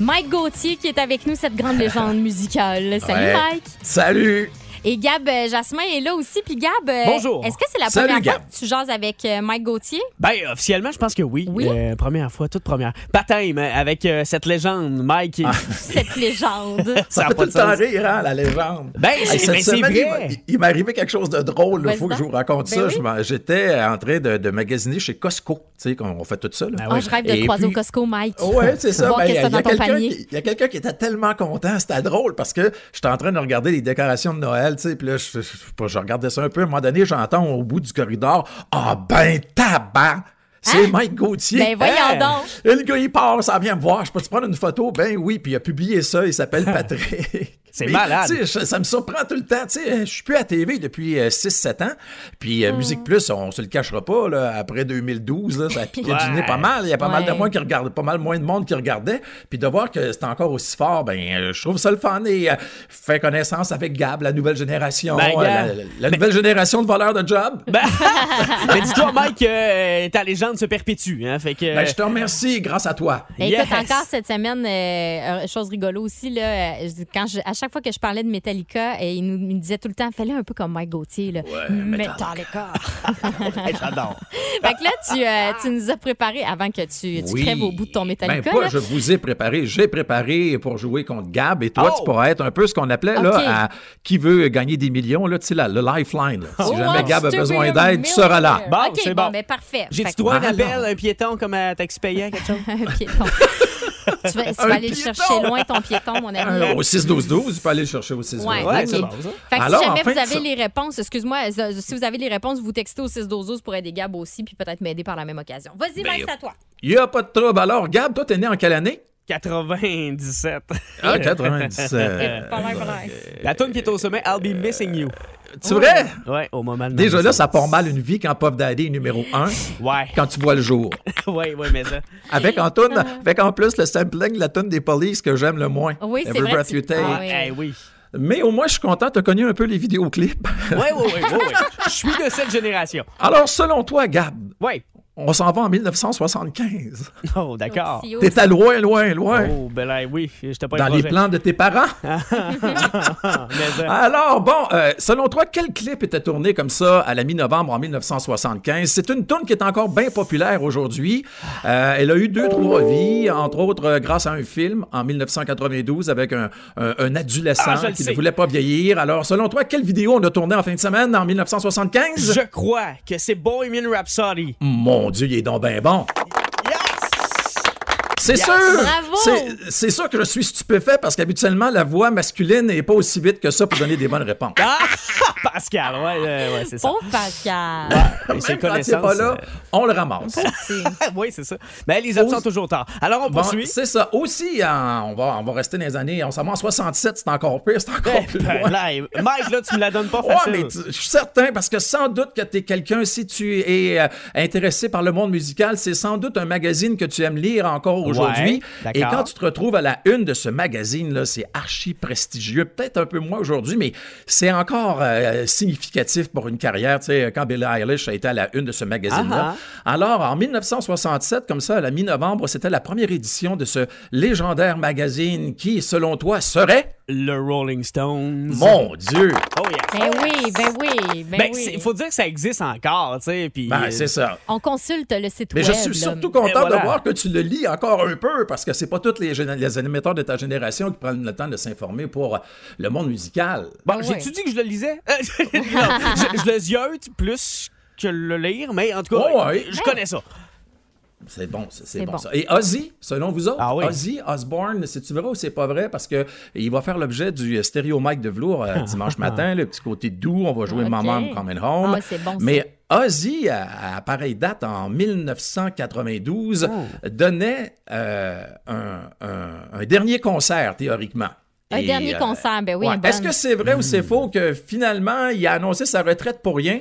Speaker 3: Mike Gauthier qui est avec nous, cette grande légende musicale. Salut,
Speaker 14: Ouais.
Speaker 3: Mike.
Speaker 14: Salut.
Speaker 3: Et Gab euh, Jasmin est là aussi. Puis Gab, euh,
Speaker 4: Bonjour.
Speaker 3: est-ce que c'est la
Speaker 4: Salut,
Speaker 3: première
Speaker 4: Gab.
Speaker 3: fois que tu jases avec euh, Mike Gauthier?
Speaker 4: Ben, officiellement, je pense que oui. Euh, première fois, toute première. Baptême euh, avec euh, cette légende, Mike.
Speaker 14: Ah.
Speaker 3: Cette légende.
Speaker 14: Ça
Speaker 4: a
Speaker 14: fait
Speaker 4: pas
Speaker 14: tout
Speaker 4: de
Speaker 14: le temps
Speaker 4: sens.
Speaker 14: rire, hein, la légende.
Speaker 4: Ben, c'est-
Speaker 14: cette
Speaker 4: ben, c'est
Speaker 14: semaine, il m'a-
Speaker 4: vrai.
Speaker 14: Il, m'est arrivé quelque chose de drôle. Il
Speaker 3: Vas-y
Speaker 14: faut que je
Speaker 3: donc.
Speaker 14: vous raconte
Speaker 3: Ben
Speaker 14: ça.
Speaker 3: oui.
Speaker 14: Je m'en- J'étais en train de, de magasiner chez Costco. Tu sais, qu'on- on fait tout ça. Là.
Speaker 3: Ah, je rêve de te
Speaker 14: Et
Speaker 3: croiser
Speaker 14: puis-
Speaker 3: au Costco, Mike.
Speaker 14: Ouais, c'est ça.
Speaker 3: Voir
Speaker 14: Ben,
Speaker 3: qu'est-ce
Speaker 14: Il
Speaker 3: que
Speaker 14: y
Speaker 3: t'as
Speaker 14: a
Speaker 3: dans ton
Speaker 14: quelqu'un
Speaker 3: panier.
Speaker 14: qui, il y a quelqu'un qui était tellement content, c'était drôle parce que j'étais en train de regarder les décorations de Noël, tu sais, puis là, je, je- je- je regardais ça un peu. À un moment donné, j'entends au bout du corridor Ah ben tabac! C'est Mike Gauthier.
Speaker 3: Ben, voyons
Speaker 14: Hein?
Speaker 3: donc.
Speaker 14: Et le gars, il part, ça vient me voir. Je peux te prendre une photo? Ben oui, puis il a publié ça, il s'appelle Patrick.
Speaker 4: C'est
Speaker 14: Mais,
Speaker 4: malade.
Speaker 14: tu sais, je- Ça me surprend tout le temps. Tu sais, euh, je suis plus à TV depuis 6-7 ans. Puis euh, Musique Plus, on se le cachera pas, là, après 2012, là, ça a piqué du
Speaker 4: Ouais.
Speaker 14: nez pas mal. Il y a pas mal de
Speaker 4: Ouais.
Speaker 14: moins qui regardent, pas mal moins de monde qui regardait. Puis de voir que c'est encore aussi fort, ben euh, je trouve ça le fun. Et euh, fais connaissance avec Gab, la nouvelle génération.
Speaker 4: Ben,
Speaker 14: euh,
Speaker 4: Gab.
Speaker 14: la- la- la nouvelle génération de voleurs de job.
Speaker 4: Ben, Mais dis-toi, Mike, que euh, ta légende se perpétue. Hein, fait que,
Speaker 14: Ben, je te remercie grâce à toi.
Speaker 3: Ben, Écoute, encore cette semaine, euh, euh, chose rigolo aussi, là, euh, je- quand je- à chaque fois que je parlais de Metallica, et il nous, il nous disait tout le temps, fais-le un peu comme Mike Gauthier. Là. Mm, Metallica.
Speaker 4: J'adore.
Speaker 3: fait que là, tu, euh, tu nous as préparé, avant que tu, tu
Speaker 14: Oui.
Speaker 3: crèves au bout de ton
Speaker 14: Ben
Speaker 3: Metallica,
Speaker 14: pas,
Speaker 3: là,
Speaker 14: je vous ai préparé, j'ai préparé pour jouer contre Gab et toi,
Speaker 3: Oh!
Speaker 14: tu pourrais être un peu ce qu'on appelait là,
Speaker 3: Ok.
Speaker 14: à qui veut gagner des millions, là, tu sais, la- le lifeline. là. Si
Speaker 4: Oh,
Speaker 14: jamais
Speaker 4: wow,
Speaker 14: Gab a
Speaker 4: stupid
Speaker 14: besoin d'aide, tu seras là.
Speaker 3: millionaire.
Speaker 4: Bon,
Speaker 3: OK,
Speaker 4: c'est
Speaker 3: bon,
Speaker 4: bon.
Speaker 3: mais parfait.
Speaker 4: J'ai
Speaker 3: Fait
Speaker 4: du
Speaker 3: que-
Speaker 4: droit un
Speaker 3: Ah,
Speaker 4: appel, un piéton comme à taxi payant, quelque chose?
Speaker 3: un piéton. tu vas, tu vas
Speaker 4: Un
Speaker 3: aller le
Speaker 4: piéton. Ah,
Speaker 3: chercher loin, ton piéton, mon ami.
Speaker 14: Au 6-12-12, tu peux aller le chercher au 6-12-12.
Speaker 3: Ouais, ok. Fait que
Speaker 14: Alors,
Speaker 3: si jamais
Speaker 14: en fin
Speaker 3: vous
Speaker 14: de
Speaker 3: avez
Speaker 14: se-
Speaker 3: les réponses, excuse-moi, euh, si vous avez les réponses, vous textez au 6 12 pour aider Gab aussi, puis peut-être m'aider par la même occasion. Vas-y,
Speaker 14: Ben,
Speaker 3: Mike, c'est à toi.
Speaker 14: Il n'y a pas de trouble. Alors, Gab, toi, t'es né en quelle année?
Speaker 4: 97.
Speaker 14: Ah, 97. euh,
Speaker 3: Euh,
Speaker 4: La toune qui est au sommet, I'll be missing you.
Speaker 14: C'est vrai?
Speaker 4: Ouais, au moment de ma
Speaker 14: Déjà là,
Speaker 4: naissance.
Speaker 14: ça part mal une vie quand Puff Daddy est numéro 1.
Speaker 4: Ouais.
Speaker 14: Quand tu vois le jour.
Speaker 4: ouais, ouais, mais ça.
Speaker 14: Avec en, toune- avec en plus le sampling de la tune des Police que j'aime le moins.
Speaker 4: Oui, c'est
Speaker 14: Every
Speaker 4: vrai,
Speaker 14: Breath
Speaker 4: tu-
Speaker 14: You Take.
Speaker 4: Ah oui. Eh oui.
Speaker 14: Mais au moins, je suis content, t'as connu un peu les vidéoclips.
Speaker 4: Ouais, ouais, ouais, ouais, ouais. Je suis de cette génération.
Speaker 14: Alors, selon toi, Gab,
Speaker 4: ouais.
Speaker 14: on s'en va en 1975.
Speaker 4: Oh, d'accord.
Speaker 14: T'es à loin, loin, loin.
Speaker 4: Oh, ben là, oui, j'étais pas
Speaker 14: dans les
Speaker 4: étranger.
Speaker 14: plans de tes parents.
Speaker 4: Mais, euh,
Speaker 14: Alors, bon, euh, selon toi, quel clip était tourné comme ça à la mi-novembre en 1975? C'est une tourne qui est encore bien populaire aujourd'hui. Euh, elle a eu deux, trois vies, entre autres euh, grâce à un film en 1992 avec un, un- un adolescent
Speaker 4: Ah, je le
Speaker 14: qui
Speaker 4: sais.
Speaker 14: ne voulait pas vieillir. Alors, selon toi, quelle vidéo on a tourné en fin de semaine en 1975?
Speaker 4: Je crois que c'est Bohemian Rhapsody.
Speaker 14: Mon Dieu, il est donc bien bon. C'est
Speaker 4: Yes!
Speaker 14: sûr!
Speaker 4: Bravo!
Speaker 14: C'est- C'est sûr que je suis stupéfait parce qu'habituellement, la voix masculine n'est pas aussi vite que ça pour donner des bonnes réponses.
Speaker 4: Ah, Pascal, ouais, euh, ouais, c'est ça.
Speaker 3: Pauvre Pascal.
Speaker 4: Et ses
Speaker 14: Même quand
Speaker 4: connaissances,
Speaker 14: il est pas là,
Speaker 4: euh,
Speaker 14: on le ramasse.
Speaker 4: oui, c'est ça. Mais les absents toujours tard. Alors, on
Speaker 14: Bon,
Speaker 4: poursuit.
Speaker 14: c'est ça. Aussi, en- on, va, on va rester dans les années. On s'en va en 67, c'est encore pire, c'est encore
Speaker 4: Eh
Speaker 14: plus
Speaker 4: ben,
Speaker 14: loin.
Speaker 4: là, Mike, là, tu me la donnes pas
Speaker 14: Ouais,
Speaker 4: facile.
Speaker 14: mais tu- je suis certain, parce que sans doute que tu es quelqu'un, si tu es euh, intéressé par le monde musical, c'est sans doute un magazine que tu aimes lire encore
Speaker 4: Ouais,
Speaker 14: aujourd'hui. Et
Speaker 4: d'accord.
Speaker 14: quand tu te retrouves à la une de ce magazine-là, c'est archi prestigieux, peut-être un peu moins aujourd'hui, mais c'est encore euh, significatif pour une carrière. Tu sais, euh, quand Billie Eilish a été à la une de ce magazine-là.
Speaker 4: Ah
Speaker 14: Alors, en 1967, comme ça, à la mi-novembre, c'était la première édition de ce légendaire magazine qui, selon toi, serait...
Speaker 4: Le Rolling Stones.
Speaker 14: Mon Dieu!
Speaker 4: Oh, yeah.
Speaker 3: Ben oui, ben oui, ben,
Speaker 4: Ben,
Speaker 3: oui.
Speaker 4: il faut dire que ça existe encore, tu sais. puis,
Speaker 14: Ben,
Speaker 4: euh,
Speaker 14: c'est ça.
Speaker 3: On consulte le site
Speaker 14: Mais
Speaker 3: web.
Speaker 14: je suis
Speaker 3: là.
Speaker 14: surtout content
Speaker 4: Et voilà.
Speaker 14: de voir que tu le lis encore un peu parce que c'est pas tous les, géné- les animateurs de ta génération qui prennent le temps de s'informer pour euh, le monde musical.
Speaker 3: Ah
Speaker 4: Bon, j'ai-tu dit que je le lisais? Euh, non, je, je le ziote plus que le lire, mais en tout cas,
Speaker 14: Ouais, Oh, ouais.
Speaker 4: je connais ça.
Speaker 14: C'est bon, c'est c'est
Speaker 4: C'est
Speaker 14: bon,
Speaker 4: bon.
Speaker 14: ça. Et Ozzy, selon vous autres,
Speaker 4: Ah oui.
Speaker 14: Ozzy Osbourne, c'est-tu vrai ou c'est pas vrai? Parce que il va faire l'objet du euh, stéréo mic de velours euh, dimanche matin, le petit côté doux, on va jouer
Speaker 4: Ok.
Speaker 14: My Mom Coming Home.
Speaker 4: Ah, c'est bon, ça.
Speaker 14: Mais Ozzy, à, à pareille date, en 1992,
Speaker 4: Oh.
Speaker 14: donnait euh, un, un- un dernier concert, théoriquement.
Speaker 3: Un
Speaker 14: Et,
Speaker 3: dernier
Speaker 14: euh,
Speaker 3: concert, ben oui.
Speaker 14: Ouais.
Speaker 3: un bon.
Speaker 14: Est-ce que c'est vrai ou c'est faux que finalement, il a annoncé sa retraite pour rien?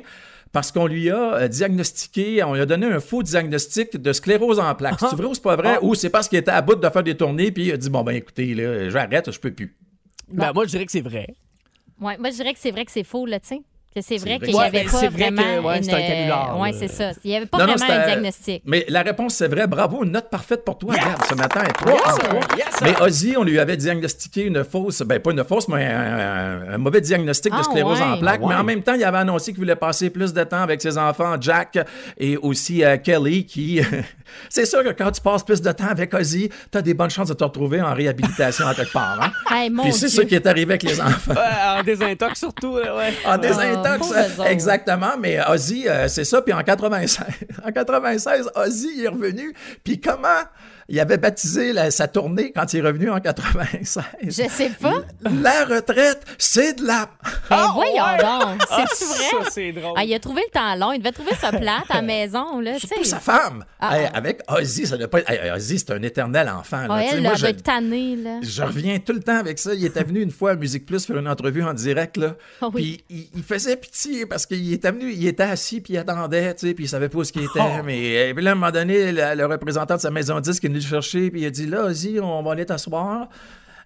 Speaker 14: Parce qu'on lui a euh, diagnostiqué, on lui a donné un faux diagnostic de sclérose en plaques.
Speaker 3: Ah.
Speaker 14: C'est vrai ou c'est pas vrai? Ou c'est parce qu'il était à bout de faire des tournées, puis il a dit Bon, ben écoutez, là, j'arrête, je peux plus.
Speaker 4: Ben, moi, je dirais que c'est vrai.
Speaker 3: Ouais, moi, je dirais que c'est vrai que c'est faux, là, tu sais. Que c'est vrai
Speaker 14: vrai
Speaker 3: qu'il
Speaker 14: que-
Speaker 3: n'y
Speaker 14: Ouais,
Speaker 3: avait
Speaker 14: ben,
Speaker 3: pas
Speaker 14: c'est vrai que,
Speaker 3: vraiment.
Speaker 14: ouais,
Speaker 3: une,
Speaker 14: c'est un canular,
Speaker 3: euh, Ouais,
Speaker 14: là.
Speaker 3: c'est ça. Il n'y avait pas
Speaker 14: Non, non,
Speaker 3: vraiment un
Speaker 14: c'était-
Speaker 3: diagnostic.
Speaker 14: Mais la réponse, c'est vrai. Bravo, une note parfaite pour toi, Gab, ce matin. Trois
Speaker 4: Yes,
Speaker 14: en
Speaker 4: sir.
Speaker 14: trois.
Speaker 4: Yes, sir.
Speaker 14: Oh, Mais Ozzy, on lui avait diagnostiqué une fausse, ben pas une fausse, mais un, un- un mauvais diagnostic
Speaker 4: Ah,
Speaker 14: de sclérose
Speaker 4: ouais.
Speaker 14: en plaques.
Speaker 4: Ah, ouais.
Speaker 14: Mais en même temps, il avait annoncé qu'il voulait passer plus de temps avec ses enfants, Jack et aussi euh, Kelly, qui. c'est sûr que quand tu passes plus de temps avec Ozzy, tu as des bonnes chances de te retrouver en réhabilitation à quelque part. hein.
Speaker 3: Hey, mon
Speaker 14: Puis c'est
Speaker 3: Dieu.
Speaker 14: ça qui est arrivé avec les enfants.
Speaker 4: Ouais, Euh, en désintox surtout, là, ouais.
Speaker 14: En
Speaker 3: Ah,
Speaker 14: désintox, euh,
Speaker 4: Ouais.
Speaker 14: Ah, exactement. Mais euh, Ozzy, euh, c'est ça. Puis en 96, en 96, Ozzy il est revenu. Puis comment il avait baptisé la- sa tournée quand il est revenu en 96?
Speaker 3: Je sais pas.
Speaker 14: La retraite, c'est de la...
Speaker 3: Ben voyons donc,
Speaker 4: Ah,
Speaker 3: c'est vrai.
Speaker 4: ça, c'est drôle.
Speaker 3: Ah, il a trouvé le temps long, il devait trouver ça plate à la maison là, tu sais.
Speaker 14: Sa femme,
Speaker 3: Ah,
Speaker 14: elle, avec Ozzy, ça doit pas être. Hey, Ozzy, c'est un éternel enfant. là.
Speaker 3: Ah,
Speaker 14: Tu sais,
Speaker 3: elle,
Speaker 14: moi,
Speaker 3: là,
Speaker 14: je-
Speaker 3: de tanner, là.
Speaker 14: je reviens tout le temps avec ça. Il était venu une fois à Musique Plus faire une entrevue en direct, là.
Speaker 3: Ah oui.
Speaker 14: Puis il, il faisait pitié parce qu'il était venu, il était assis, puis il attendait, tu sais, puis il savait pas où ce qu'il était.
Speaker 13: Oh.
Speaker 14: Mais et puis là, à un moment donné, le, le représentant de sa maison de disque est venu le chercher, puis il a dit Là, Ozzy, on va aller t'asseoir.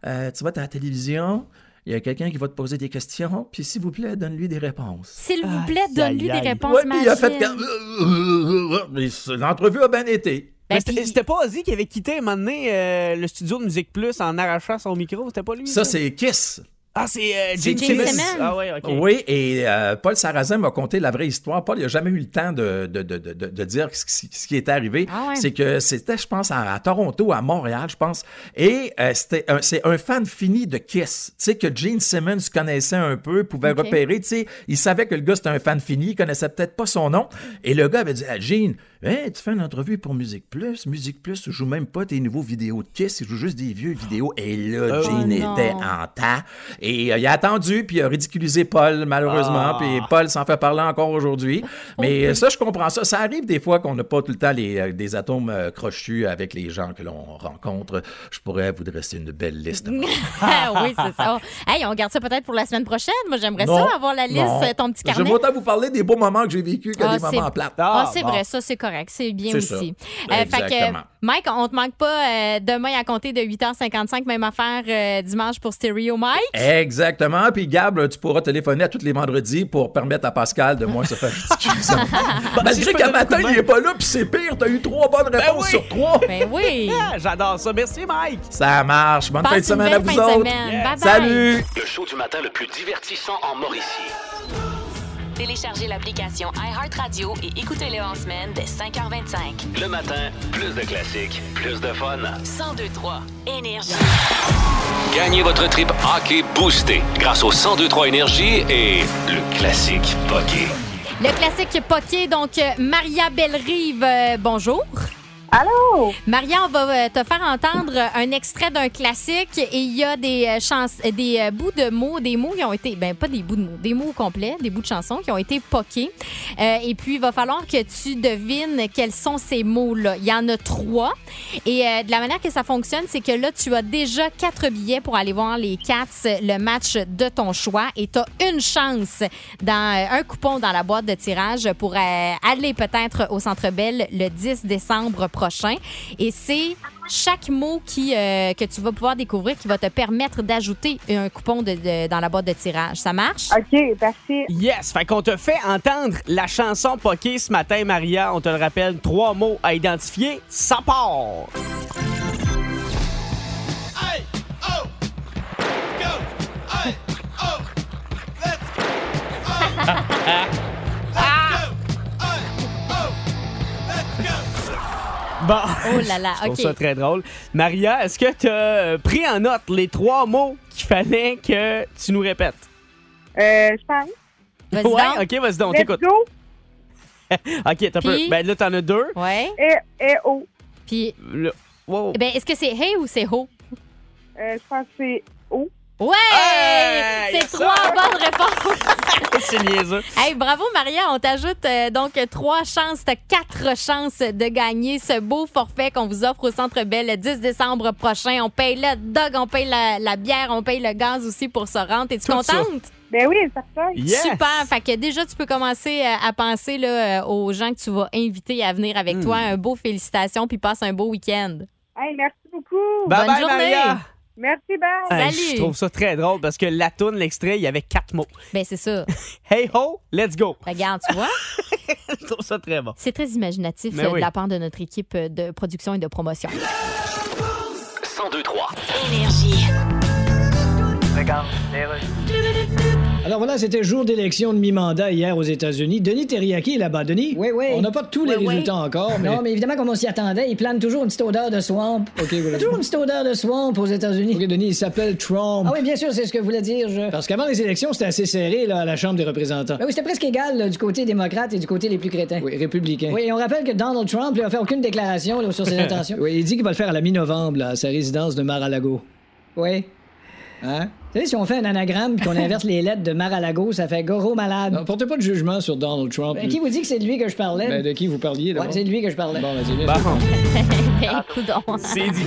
Speaker 14: Euh, tu vas à la télévision. Il y a quelqu'un qui va te poser des questions, puis s'il vous plaît, donne-lui des réponses.
Speaker 3: S'il vous plaît, donne-lui des réponses,
Speaker 14: Ouais, puis il a fait
Speaker 3: Maxime. Ben,
Speaker 14: comme- Mais c'est- L'entrevue a bien été.
Speaker 4: Mais c'était c'était pas Ozzy qui avait quitté un moment donné euh, le studio de Musique Plus en arrachant son micro, c'était pas lui?
Speaker 14: Ça, c'est Kiss.
Speaker 4: Ah, c'est euh, Gene
Speaker 14: C'est
Speaker 4: Simmons.
Speaker 14: Kiss.
Speaker 4: Ah, ouais, ok.
Speaker 14: Oui, et euh, Paul Sarrazin m'a conté la vraie histoire. Paul, il n'a jamais eu le temps de, de, de, de, de dire ce, qui- ce qui est arrivé.
Speaker 13: Ah ouais.
Speaker 14: C'est que c'était, je pense, à, à Toronto, à Montréal, je pense. Et euh, c'était un- c'est un fan fini de Kiss. Tu sais, que Gene Simmons connaissait un peu, pouvait
Speaker 13: Ok.
Speaker 14: repérer. Tu sais, il savait que le gars, c'était un fan fini, il connaissait peut-être pas son nom. Et le gars avait dit à Gene, Hey, tu fais une entrevue pour Musique Plus. Musique Plus, je joue même pas tes nouveaux vidéos de Kiss, je joue juste des vieux vidéos. Et là,
Speaker 13: Oh
Speaker 14: Gene
Speaker 13: non.
Speaker 14: était en temps. Et euh, il a attendu, puis il a ridiculisé Paul, malheureusement.
Speaker 13: Ah.
Speaker 14: Puis Paul s'en fait parler encore aujourd'hui. Mais
Speaker 3: Oh.
Speaker 14: euh, ça, je comprends ça. Ça arrive des fois qu'on n'a pas tout le temps les, euh, des atomes euh, crochus avec les gens que l'on rencontre. Je pourrais vous dresser une belle liste.
Speaker 3: Ah oui, c'est ça. Oh. Hey, on garde ça peut-être pour la semaine prochaine. Moi, j'aimerais
Speaker 14: Non,
Speaker 3: ça avoir la liste,
Speaker 14: non.
Speaker 3: euh, ton petit carnet.
Speaker 14: J'aime autant vous parler des beaux moments que j'ai vécu que des
Speaker 3: Ah,
Speaker 14: moments
Speaker 3: c'est-
Speaker 14: plates.
Speaker 3: Ah, c'est
Speaker 14: bon.
Speaker 3: vrai, ça, c'est correct. C'est bien
Speaker 14: C'est
Speaker 3: aussi.
Speaker 14: ça.
Speaker 3: Euh, fait que,
Speaker 14: Exactement.
Speaker 3: Mike, on te manque pas euh, demain à compter de 8h55, même affaire euh, dimanche pour Stereo Mike.
Speaker 14: Exactement. Puis Gab, tu pourras téléphoner à tous les vendredis pour permettre à Pascal de moins se faire ridiculiser.
Speaker 3: Bah,
Speaker 14: Malgré qu'à matin, il est pas là, puis c'est pire. T'as eu trois bonnes réponses sur trois.
Speaker 3: Ben oui.
Speaker 4: Ah, J'adore ça. Merci, Mike.
Speaker 14: Ça marche. Bonne
Speaker 4: Passe
Speaker 14: fin de
Speaker 4: une
Speaker 14: semaine
Speaker 4: belle
Speaker 14: à vous
Speaker 4: fin de
Speaker 14: autres.
Speaker 4: semaine. Yeah. Bye-bye.
Speaker 14: Salut.
Speaker 2: Le show du matin le plus divertissant en Mauricie.
Speaker 7: Téléchargez l'application iHeartRadio et écoutez-le en semaine dès 5h25.
Speaker 2: Le matin, plus de classiques, plus de fun.
Speaker 7: 1023 Énergie.
Speaker 2: Gagnez votre trip hockey boosté grâce au 1023 Énergie et le classique hockey.
Speaker 3: Le classique poké, donc euh, Maria Bellerive, euh, bonjour. Allô? Maria, on va euh, te faire entendre euh, un extrait d'un classique et il y a des euh, chans- euh, des euh, bouts de mots, des mots qui ont été, ben pas des bouts de mots, des mots complets, des bouts de chansons qui ont été poqués. Euh, et puis, il va falloir que tu devines quels sont ces mots-là. Il y en a trois. Et euh, de la manière que ça fonctionne, c'est que là, tu as déjà quatre billets pour aller voir les Cats, euh, le match de ton choix. Et tu as une chance dans euh, un coupon dans la boîte de tirage pour euh, aller peut-être au Centre Bell le 10 décembre prochain. Et c'est chaque mot qui, euh, que tu vas pouvoir découvrir qui va te permettre d'ajouter un coupon de- de- dans la boîte de tirage. Ça marche?
Speaker 9: OK, parfait.
Speaker 4: Yes, fait qu'on te fait entendre la chanson Poké ce matin, Maria. On te le rappelle, trois mots à identifier. Ça part! Ah! Bon.
Speaker 3: Oh là là,
Speaker 4: Je trouve
Speaker 3: ok.
Speaker 4: ça très drôle. Maria, est-ce que tu as pris en note les trois mots qu'il fallait que tu nous répètes?
Speaker 9: Euh, je parle.
Speaker 4: Ouais,
Speaker 9: Vas-y donc.
Speaker 4: ok, vas-y donc,
Speaker 9: Let's
Speaker 4: t'écoute.
Speaker 9: go.
Speaker 4: ok, t'as peu.
Speaker 3: Puis-
Speaker 4: Ben là, t'en as deux.
Speaker 3: Ouais.
Speaker 9: Et, et oh.
Speaker 3: Puis,
Speaker 4: Le- Wow.
Speaker 3: eh ben, est-ce que c'est hey ou c'est ho?
Speaker 9: Euh, je pense que c'est oh.
Speaker 3: Ouais!
Speaker 9: Hey,
Speaker 3: c'est
Speaker 9: ça!
Speaker 3: trois bonnes réponses! ben,
Speaker 4: c'est niaiseux.
Speaker 3: Hey, bravo Maria, on t'ajoute euh, donc trois chances, t'as quatre chances de gagner ce beau forfait qu'on vous offre au Centre Bell le 10 décembre prochain. On paye le dog, on paye la, la bière, on paye le gaz aussi pour se rendre. Es-tu
Speaker 9: Tout ça.
Speaker 3: contente?
Speaker 9: Ben oui, certain.
Speaker 4: Yes!
Speaker 3: Super! Fait que déjà, tu peux commencer euh, à penser là, euh, aux gens que tu vas inviter à venir avec toi.
Speaker 4: Hmm.
Speaker 3: Un beau félicitations, puis passe un beau week-end.
Speaker 9: Hey, merci beaucoup.
Speaker 4: Bye bye, Maria.
Speaker 9: Merci, bye.
Speaker 4: Hey, je trouve ça très drôle parce que la toune, l'extrait, il y avait quatre mots.
Speaker 3: Ben, c'est ça.
Speaker 4: hey ho, let's go.
Speaker 3: Regarde, tu vois?
Speaker 4: je trouve ça très bon.
Speaker 3: C'est très imaginatif
Speaker 4: Mais
Speaker 3: euh,
Speaker 4: oui.
Speaker 3: de la part de notre équipe euh, de production et de promotion.
Speaker 2: 1023
Speaker 7: Énergie.
Speaker 6: Alors voilà, c'était jour d'élection de mi-mandat hier aux États-Unis. Denis Terriaki est là-bas, Denis.
Speaker 5: Oui, oui.
Speaker 6: On n'a pas tous les
Speaker 5: Oui, oui.
Speaker 6: résultats encore, mais.
Speaker 5: Non, mais évidemment, comme on s'y attendait, ils planent toujours une petite odeur de swamp.
Speaker 6: OK,
Speaker 5: Il y a
Speaker 6: voilà.
Speaker 5: toujours une petite odeur de swamp aux États-Unis.
Speaker 6: OK, Denis, il s'appelle Trump.
Speaker 5: Ah oui, bien sûr, c'est ce que voulait dire, je.
Speaker 6: Parce qu'avant les élections, c'était assez serré là, à la Chambre des représentants.
Speaker 5: Ben oui, c'était presque égal là, du côté démocrate et du côté les plus crétins.
Speaker 6: Oui, républicain. Euh,
Speaker 5: Oui, et on rappelle que Donald Trump n'a fait aucune déclaration là, sur ses intentions.
Speaker 6: oui, il dit qu'il va le faire à la mi-novembre, là, à sa résidence de Mar-a-Lago.
Speaker 5: Oui.
Speaker 6: Hein? Tu sais, si on fait un anagramme et qu'on inverse les lettres de Mar-a-Lago, ça fait Goro malade. Non, portez pas de jugement sur Donald Trump.
Speaker 5: Ben, qui vous dit que c'est de lui que je parlais?
Speaker 6: Ben, de qui vous parliez, là?
Speaker 5: Ouais, c'est de lui que je parlais.
Speaker 6: Bon, ben, c'est bien.
Speaker 4: Bon.
Speaker 3: Ben, coudonc.
Speaker 4: C'est dit.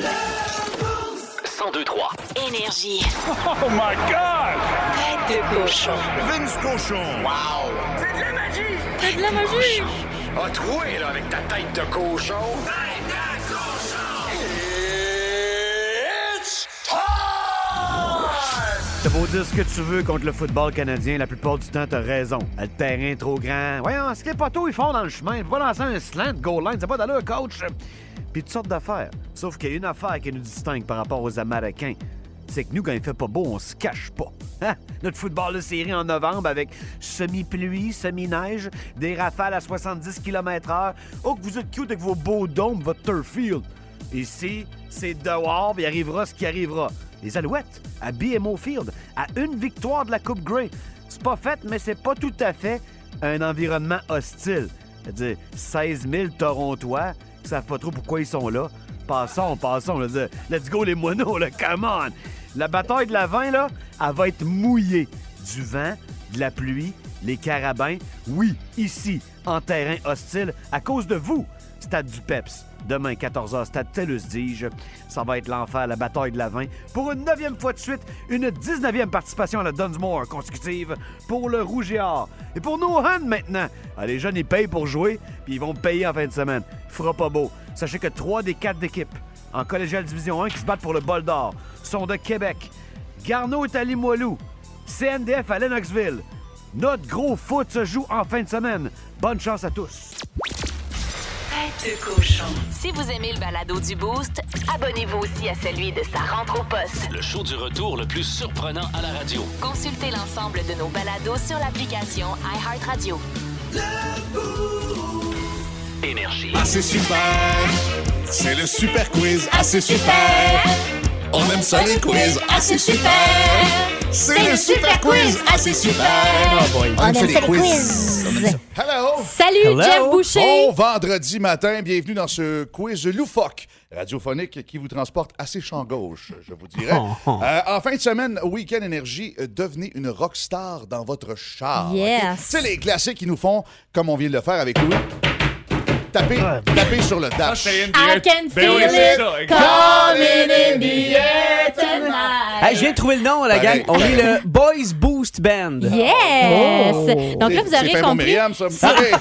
Speaker 2: 1023.
Speaker 7: Énergie.
Speaker 2: Oh my God!
Speaker 7: Tête de cochon.
Speaker 2: Vince Cochon. Wow! C'est de la magie!
Speaker 3: C'est de la magie!
Speaker 2: A troué, là, avec ta tête de cochon. Tête de cochon! It's
Speaker 13: T'as beau dire ce que tu veux contre le football canadien, la plupart du temps, t'as raison. Le terrain est trop grand. Voyons, ce que les poteaux, ils font dans le chemin. Faut pas lancer un slant goal line. C'est pas d'allure, coach. Puis toutes sortes d'affaires. Sauf qu'il y a une affaire qui nous distingue par rapport aux Américains. C'est que nous, quand il fait pas beau, on se cache pas. Hein? Notre football de série en novembre avec semi-pluie, semi-neige, des rafales à 70 km/h. Oh, que vous êtes cute avec vos beaux dômes, votre turf field. Ici, c'est dehors, puis il arrivera ce qui arrivera. Les Alouettes, à BMO Field, à une victoire de la Coupe Grey. C'est pas fait, mais c'est pas tout à fait un environnement hostile. C'est-à-dire 16 000 Torontois qui savent pas trop pourquoi ils sont là. Passons, passons. Je veux dire, let's go les moineaux, là, come on! La bataille de la vin, là, elle va être mouillée. Du vent, de la pluie, les carabins. Oui, ici, en terrain hostile, à cause de vous, Stade du Peps. Demain, 14h, Stade Tellus, dis-je. Ça va être l'enfer, la bataille de la vin. Pour une neuvième fois de suite, une 19e participation à la Dunsmore consécutive pour le Rouge et Or. Et pour nos Hand maintenant. Ah, les jeunes, ils payent pour jouer, eh puis ils vont payer en fin de semaine. Fera pas beau. Sachez que trois des quatre équipes Ah. en collégiale Division 1 qui se battent pour le bol d'or sont de Québec. Garneau est à Limoilou. CNDF à Lennoxville. Notre gros foot se joue en fin de semaine. Bonne chance à tous.
Speaker 7: Tête de cochon.
Speaker 1: Si vous aimez le balado du Boost, abonnez-vous aussi à celui de sa rentre au poste.
Speaker 2: Le show du retour le plus surprenant à la radio.
Speaker 7: Consultez l'ensemble de nos balados sur l'application iHeartRadio.
Speaker 2: Énergie.
Speaker 15: Ah, c'est super! C'est le super quiz. Ah, c'est super! On aime ça les quiz. Ah, c'est super! C'est le super quiz. Ah, c'est super! On aime ça les quiz. On aime ça. Hello!
Speaker 3: Salut, Jeff Boucher.
Speaker 15: Bon vendredi matin, bienvenue dans ce quiz loufoque radiophonique qui vous transporte à ses champs gauche, je vous dirais. Euh, en fin de semaine, Weekend Énergie, euh, devenez une rockstar dans votre char.
Speaker 3: Yes.
Speaker 15: Oh, ok? C'est les classiques qui nous font, comme on vient de le faire avec Louis, taper, taper sur le
Speaker 16: Ah,
Speaker 15: dash.
Speaker 3: I can
Speaker 15: Ben oui,
Speaker 3: feel
Speaker 15: c'est
Speaker 3: it
Speaker 15: ça, exact.
Speaker 3: coming in the air tonight.
Speaker 4: Hey, je viens de trouver le nom, la gang.
Speaker 15: Pareil.
Speaker 4: On est le Boys Boost Band.
Speaker 3: Yes!
Speaker 4: Oh.
Speaker 3: Donc là, vous
Speaker 15: C'est
Speaker 3: aurez
Speaker 15: fait pour
Speaker 3: compris.
Speaker 15: Myriam, ça. vous savez.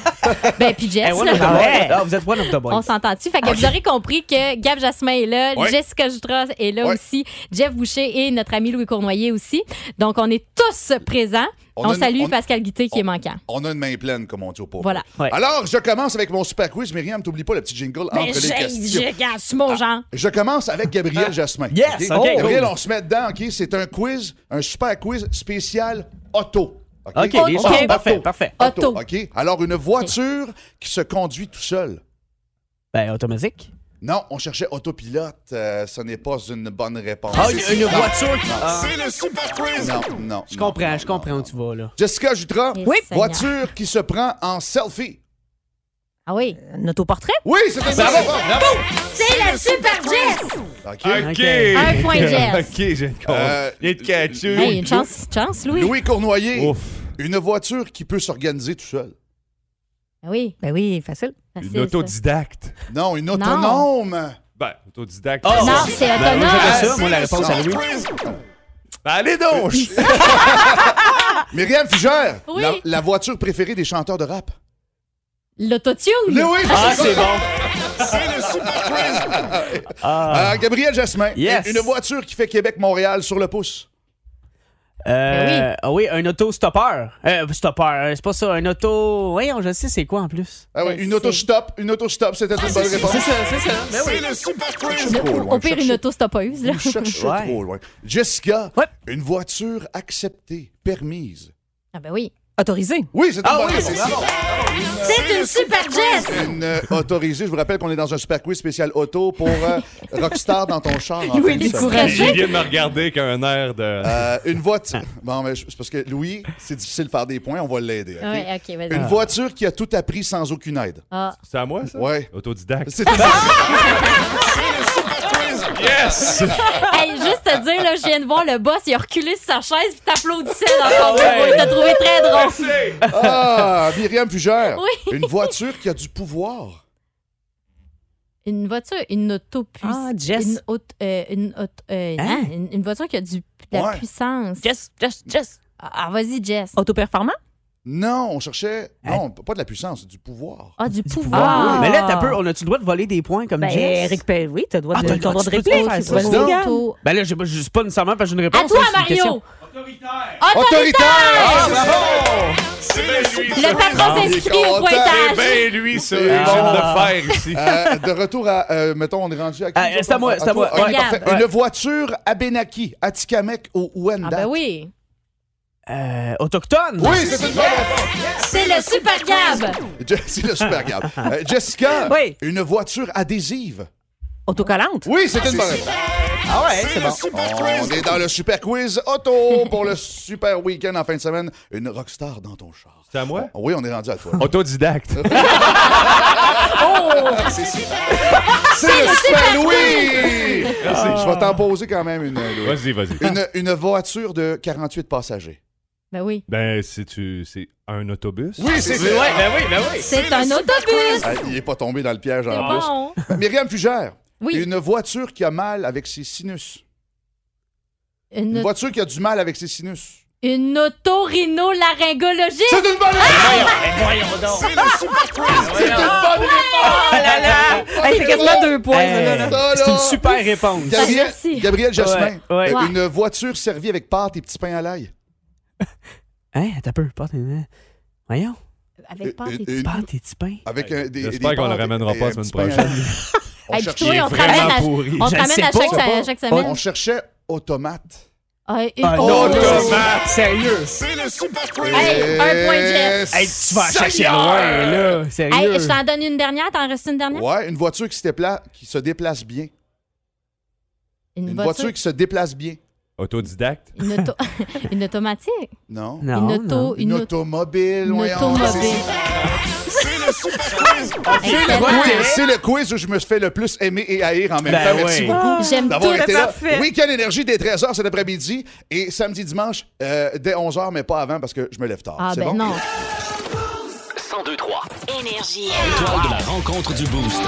Speaker 3: Ben, puis Jess,
Speaker 15: Eh,
Speaker 4: Hey, one
Speaker 3: là,
Speaker 4: of the boys. Ah, vous êtes one of the
Speaker 3: on
Speaker 4: boys.
Speaker 3: s'entend-tu? Fait que
Speaker 15: Ah.
Speaker 3: vous aurez compris que Gab Jasmin est là,
Speaker 4: Ouais.
Speaker 3: Jessica Jutras est là aussi, Jeff Boucher et notre ami Louis Cournoyer aussi. Donc, on est tous présents.
Speaker 15: On
Speaker 3: On,
Speaker 15: a une-
Speaker 3: salue
Speaker 15: on-
Speaker 3: Pascal Guité qui est manquant.
Speaker 15: On a une main pleine, comme on dit au pauvre.
Speaker 3: Voilà.
Speaker 15: Alors, je commence avec mon super quiz. Myriam, t'oublies pas le petit jingle
Speaker 3: Ben,
Speaker 15: entre les
Speaker 3: j'ai-
Speaker 15: questions. Ah.
Speaker 3: j'ai- regarde, c'est mon genre.
Speaker 15: Je commence avec
Speaker 4: Ah,
Speaker 15: Gabriel Jasmin.
Speaker 3: Yes, ok,
Speaker 15: Gabriel,
Speaker 3: cool.
Speaker 15: on se met dedans, OK? C'est un quiz, un super quiz spécial auto.
Speaker 4: Ok, les gens, parfait, parfait.
Speaker 15: Auto,
Speaker 4: Auto.
Speaker 15: OK? Alors, une voiture qui se conduit tout seul.
Speaker 4: Ben, automatique.
Speaker 15: Non, on cherchait autopilote. euh, ce n'est pas une bonne réponse.
Speaker 4: Ah, une- une voiture qui-
Speaker 15: Non.
Speaker 4: Ah.
Speaker 15: C'est le super quiz! Non, non.
Speaker 4: Je comprends, je comprends où tu vas, là.
Speaker 15: Jessica Jutra,
Speaker 3: Oui.
Speaker 15: voiture qui se prend en selfie.
Speaker 3: Ah oui. Un autoportrait?
Speaker 15: Oui, c'est un
Speaker 3: Bravo,
Speaker 15: bon.
Speaker 3: bravo. C'est le Super Jess!
Speaker 15: OK.
Speaker 16: OK.
Speaker 3: Un point Jess.
Speaker 16: OK, j'ai une
Speaker 15: Euh,
Speaker 16: Il est catché.
Speaker 3: Hey, une chance, chance, Louis.
Speaker 15: Louis Cournoyer,
Speaker 2: Oh.
Speaker 15: une voiture qui peut s'organiser tout seul.
Speaker 3: Ben oui. Ah,
Speaker 8: Ben oui, facile.
Speaker 16: Une autodidacte.
Speaker 15: Non, une autonome.
Speaker 16: Ben, autodidacte.
Speaker 3: Oh, non, c'est
Speaker 16: Ben,
Speaker 3: autonome.
Speaker 16: moi, j'avais ça,
Speaker 15: Ah,
Speaker 16: moi, la
Speaker 15: c'est
Speaker 16: réponse
Speaker 15: le
Speaker 16: à Louis.
Speaker 15: sens.
Speaker 16: Ben, allez donc!
Speaker 15: Myriam Fugère,
Speaker 3: Oui.
Speaker 15: la, la voiture préférée des chanteurs de rap.
Speaker 3: L'autotune.
Speaker 15: Louis,
Speaker 3: Ah,
Speaker 15: ça.
Speaker 3: c'est bon.
Speaker 15: C'est le super quiz. Euh, Gabriel Jasmin,
Speaker 4: Ah, Yes.
Speaker 15: une, une voiture qui fait Québec-Montréal sur le pouce.
Speaker 3: Ben
Speaker 4: Euh, ah oui, un auto-stoppeur. Euh, stoppeur, euh, c'est pas ça, un auto. Voyons, je sais c'est quoi en plus.
Speaker 15: Ah oui, une auto-stop, une auto-stop, c'était une bonne réponse.
Speaker 4: C'est ça, c'est ça. Ben oui.
Speaker 15: le super
Speaker 3: Au- Au pire, une autostoppeuse. là.
Speaker 15: Cherche trop loin. Jessica, une voiture acceptée, permise.
Speaker 3: Ah ben oui.
Speaker 8: Autorisé.
Speaker 15: Oui, c'est une
Speaker 4: Ah
Speaker 15: bonne réponse.
Speaker 3: C'est une super Jess!
Speaker 15: Une euh, autorisée. Je vous rappelle qu'on est dans un super quiz spécial auto pour euh, Rockstar dans ton char. en
Speaker 3: Louis
Speaker 15: fin de
Speaker 3: est
Speaker 15: semaine.
Speaker 3: découragé.
Speaker 16: Il vient de me regarder avec un air de.
Speaker 15: Euh, une voiture. Bon, mais euh, je- c'est parce que Louis, c'est difficile de faire des points. On va l'aider. OK?
Speaker 3: Ouais, ok, vas-y.
Speaker 15: Une voiture qui a tout appris sans aucune aide.
Speaker 3: Ah.
Speaker 16: C'est à moi, ça?
Speaker 15: Ouais.
Speaker 16: Autodidacte.
Speaker 15: C'est une-
Speaker 16: Yes!
Speaker 3: Hey, juste te dire, là, je viens de voir le boss, il a reculé sur sa chaise puis t'applaudissais dans son
Speaker 15: Ah ouais.
Speaker 3: bureau. Il t'a trouvé très drôle.
Speaker 15: Ah, Myriam Fugère.
Speaker 3: Oui.
Speaker 15: Une voiture qui a du pouvoir.
Speaker 3: Une voiture, une auto puissante. Une, auto- euh, une, auto- euh,
Speaker 8: Hein?
Speaker 3: non, une- une voiture qui a du, de la
Speaker 15: Ouais.
Speaker 3: puissance. Jess, Jess, Jess. Ah, vas-y, Jess.
Speaker 8: Autoperformant?
Speaker 15: Non, on cherchait. Non, pas de la puissance, du pouvoir.
Speaker 3: Ah, du
Speaker 15: pouvoir.
Speaker 4: Mais là, t'as peu, on a-tu le droit de voler des points comme
Speaker 8: Ben,
Speaker 4: Jess?
Speaker 8: Rick Perry, oui, t'as le droit de-
Speaker 4: Ah, t'as le
Speaker 8: t'as le droit de
Speaker 4: tu peux-
Speaker 8: réplique,
Speaker 4: tu
Speaker 8: faire
Speaker 4: peux-
Speaker 8: ça. Vas-y,
Speaker 4: Donc-
Speaker 8: Ricardo.
Speaker 4: Ben là, je je sais pas nécessairement parce que j'ai une réponse.
Speaker 3: À toi,
Speaker 4: mais c'est une
Speaker 3: Mario.
Speaker 4: question.
Speaker 3: Autoritaire!
Speaker 15: Ah,
Speaker 4: c'est
Speaker 15: C'est lui,
Speaker 3: Le patron s'inscrit au pointage.
Speaker 16: C'est bien lui, ça. Il
Speaker 3: Ah.
Speaker 16: vient de le faire ici.
Speaker 15: Euh, de retour à, euh, mettons, on est rendu à qui?
Speaker 4: Euh,
Speaker 16: Ah, c'est à moi, c'est à
Speaker 15: toi?
Speaker 16: moi.
Speaker 15: Ok,
Speaker 16: Ouais.
Speaker 15: parfait.
Speaker 16: Ouais.
Speaker 15: Une voiture à Benaki, à Tikamek, au Ouenda.
Speaker 3: Ah ben oui.
Speaker 4: Euh, autochtone?
Speaker 15: Oui, c'est une bonne réponse.
Speaker 3: C'est le super Gab.
Speaker 15: Je- C'est le super Gab. Euh, Jessica,
Speaker 8: Oui.
Speaker 15: une voiture adhésive.
Speaker 8: Autocollante?
Speaker 15: Oui, c'est une bonne réponse. Ah
Speaker 8: ouais, c'est bon.
Speaker 15: On est dans le super quiz auto pour le super week-end en fin de semaine. Une rockstar dans ton char.
Speaker 16: C'est à moi?
Speaker 15: Oui, on est rendu à toi.
Speaker 16: Autodidacte.
Speaker 15: Oh! C'est super. C'est le super Louis!
Speaker 16: Merci.
Speaker 15: Je vais t'en poser quand même une. Louis.
Speaker 16: Vas-y, vas-y.
Speaker 15: Une, Euh, une voiture de 48 passagers.
Speaker 3: Ben oui.
Speaker 16: Ben, c'est tu, c'est un autobus.
Speaker 15: Oui, c'est ça.
Speaker 16: Ouais, ben oui, ben oui.
Speaker 3: C'est un autobus.
Speaker 15: Ah, il n'est pas tombé dans le piège en
Speaker 3: C'est bon.
Speaker 15: plus. Myriam Fugère,
Speaker 3: Oui.
Speaker 15: une voiture qui a mal avec ses sinus. Une,
Speaker 3: Une,
Speaker 15: voiture qui a du mal avec ses sinus.
Speaker 3: une autorhinolaryngologiste.
Speaker 15: C'est une bonne
Speaker 14: Ah,
Speaker 3: Ben, C'est le super
Speaker 15: C'est une bonne
Speaker 8: Oh
Speaker 4: Ah
Speaker 8: là là! Hey, c'est quasiment deux points, ça, là, là.
Speaker 4: Euh, C'est une super réponse.
Speaker 15: Gabriel,
Speaker 3: Merci.
Speaker 15: Gabriel Jasmin,
Speaker 4: Ouais, ouais.
Speaker 15: euh, une voiture servie avec pâte et petits pains à l'ail.
Speaker 4: Hein, t'as peu, pas tes Voyons.
Speaker 3: Avec pâte et
Speaker 15: Une-
Speaker 3: petits
Speaker 15: une-
Speaker 3: pains.
Speaker 4: Pâte et petits pains.
Speaker 15: Avec un, des,
Speaker 16: J'espère
Speaker 15: des
Speaker 16: qu'on le
Speaker 15: pâtes et-
Speaker 16: ramènera
Speaker 15: et
Speaker 16: pas
Speaker 15: un
Speaker 16: la semaine
Speaker 15: petit pain à
Speaker 16: prochaine.
Speaker 15: l'ail. On
Speaker 3: Hey, puis
Speaker 15: cherchait-
Speaker 3: toi, on te ramène à-
Speaker 16: pourri.
Speaker 3: on te
Speaker 16: Je
Speaker 3: ramène
Speaker 16: sais
Speaker 3: à
Speaker 16: pas.
Speaker 3: chaque sa- chaque semaine.
Speaker 15: On cherchait automate.
Speaker 3: Ah, une
Speaker 4: Ah,
Speaker 3: auto-
Speaker 4: non, Thomas, Sérieux.
Speaker 15: C'est le super
Speaker 3: Hey, un point, Jeff.
Speaker 4: Hey, tu vas chercher loin, là. Sérieux.
Speaker 3: Hey, je t'en donne une dernière, t'en restes une dernière?
Speaker 15: Ouais, une voiture qui se, dépla- qui se déplace bien. Une, voiture... qui se déplace bien.
Speaker 16: Autodidacte.
Speaker 3: Une, auto- une automatique.
Speaker 15: Non.
Speaker 3: Non, Une auto- non.
Speaker 15: Une,
Speaker 3: une auto-
Speaker 15: automobile.
Speaker 3: une
Speaker 15: voyons,
Speaker 3: automobile.
Speaker 15: C'est le super quiz. C'est
Speaker 3: Excellent.
Speaker 15: le quiz. C'est le quiz où je me fais le plus aimer et haïr en même
Speaker 4: Ben
Speaker 15: temps. Merci
Speaker 4: oui.
Speaker 15: beaucoup
Speaker 3: J'aime
Speaker 15: d'avoir
Speaker 3: tout.
Speaker 15: été là.
Speaker 3: Parfait.
Speaker 15: Week-end énergie dès 13h cet après-midi et samedi dimanche euh, dès 11h, mais pas avant parce que je me lève tard.
Speaker 3: Ah
Speaker 15: C'est
Speaker 3: ben
Speaker 15: bon?
Speaker 3: non.
Speaker 2: 1023.
Speaker 7: Énergie.
Speaker 2: Étoile de la rencontre du Boost.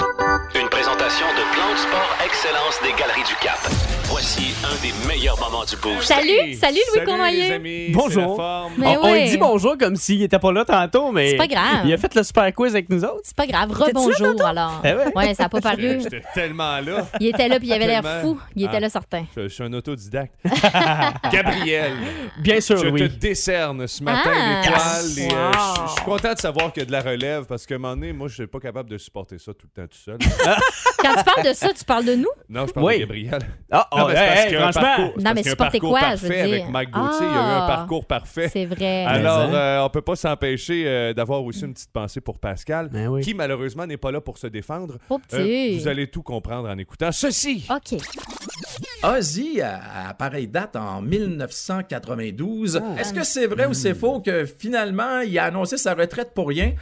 Speaker 2: Une présentation de Plan de Sport Excellence des Galeries du Cap. Voici un des meilleurs moments du Boost.
Speaker 3: Salut, salut Louis Cournoyer.
Speaker 4: Bonjour.
Speaker 3: Mais
Speaker 4: on, on
Speaker 3: oui.
Speaker 4: lui dit bonjour comme s'il était pas là tantôt, mais.
Speaker 3: C'est pas grave.
Speaker 4: Il a fait le super quiz avec nous autres.
Speaker 3: C'est pas grave,
Speaker 4: T'étais-tu là,
Speaker 3: rebonjour
Speaker 4: tantôt?
Speaker 3: alors.
Speaker 4: Eh ouais.
Speaker 3: Ouais, ça a pas paru.
Speaker 16: J'étais tellement là.
Speaker 3: Il était là puis il avait l'air
Speaker 16: Tellement.
Speaker 3: fou. Il était
Speaker 16: Ah.
Speaker 3: là certain.
Speaker 16: Je, je suis un autodidacte. Gabriel.
Speaker 4: Bien sûr,
Speaker 16: Je
Speaker 4: oui.
Speaker 16: te décerne ce matin
Speaker 3: Ah.
Speaker 16: l'étoile. et, euh,
Speaker 3: Wow.
Speaker 16: je- Je suis content de savoir qu'il y a de la relève parce qu'à un moment donné, moi, je suis pas capable de supporter ça tout le temps tout seul.
Speaker 3: Quand tu parles de ça, tu parles de nous?
Speaker 16: Non, je parle
Speaker 4: Oui.
Speaker 16: de Gabriel.
Speaker 4: Ah, oh,
Speaker 16: Non, mais c'est
Speaker 4: hey,
Speaker 16: parce
Speaker 4: hey,
Speaker 16: qu'il y a un
Speaker 4: franchement.
Speaker 16: parcours- c'est
Speaker 3: Non,
Speaker 16: parce
Speaker 3: mais
Speaker 16: qu'il y a un
Speaker 3: supporter
Speaker 16: parcours
Speaker 3: quoi, je
Speaker 16: parfait
Speaker 3: veux dire.
Speaker 16: Avec Mike Gauthier, il y a eu un
Speaker 3: Ah.
Speaker 16: parcours parfait.
Speaker 3: C'est vrai.
Speaker 16: Alors,
Speaker 4: Mais, hein.
Speaker 16: euh, on peut pas s'empêcher euh, d'avoir aussi une petite pensée pour Pascal,
Speaker 4: Ben oui.
Speaker 16: qui malheureusement n'est pas là pour se défendre. Euh,
Speaker 3: Oh, petit.
Speaker 16: vous allez tout comprendre en écoutant ceci.
Speaker 3: OK.
Speaker 14: Ozzy, Ah, à, à pareille date, en 1992,
Speaker 15: Oh.
Speaker 14: est-ce que c'est vrai ou
Speaker 15: Hmm.
Speaker 14: c'est faux que finalement, il a annoncé sa retraite pour rien?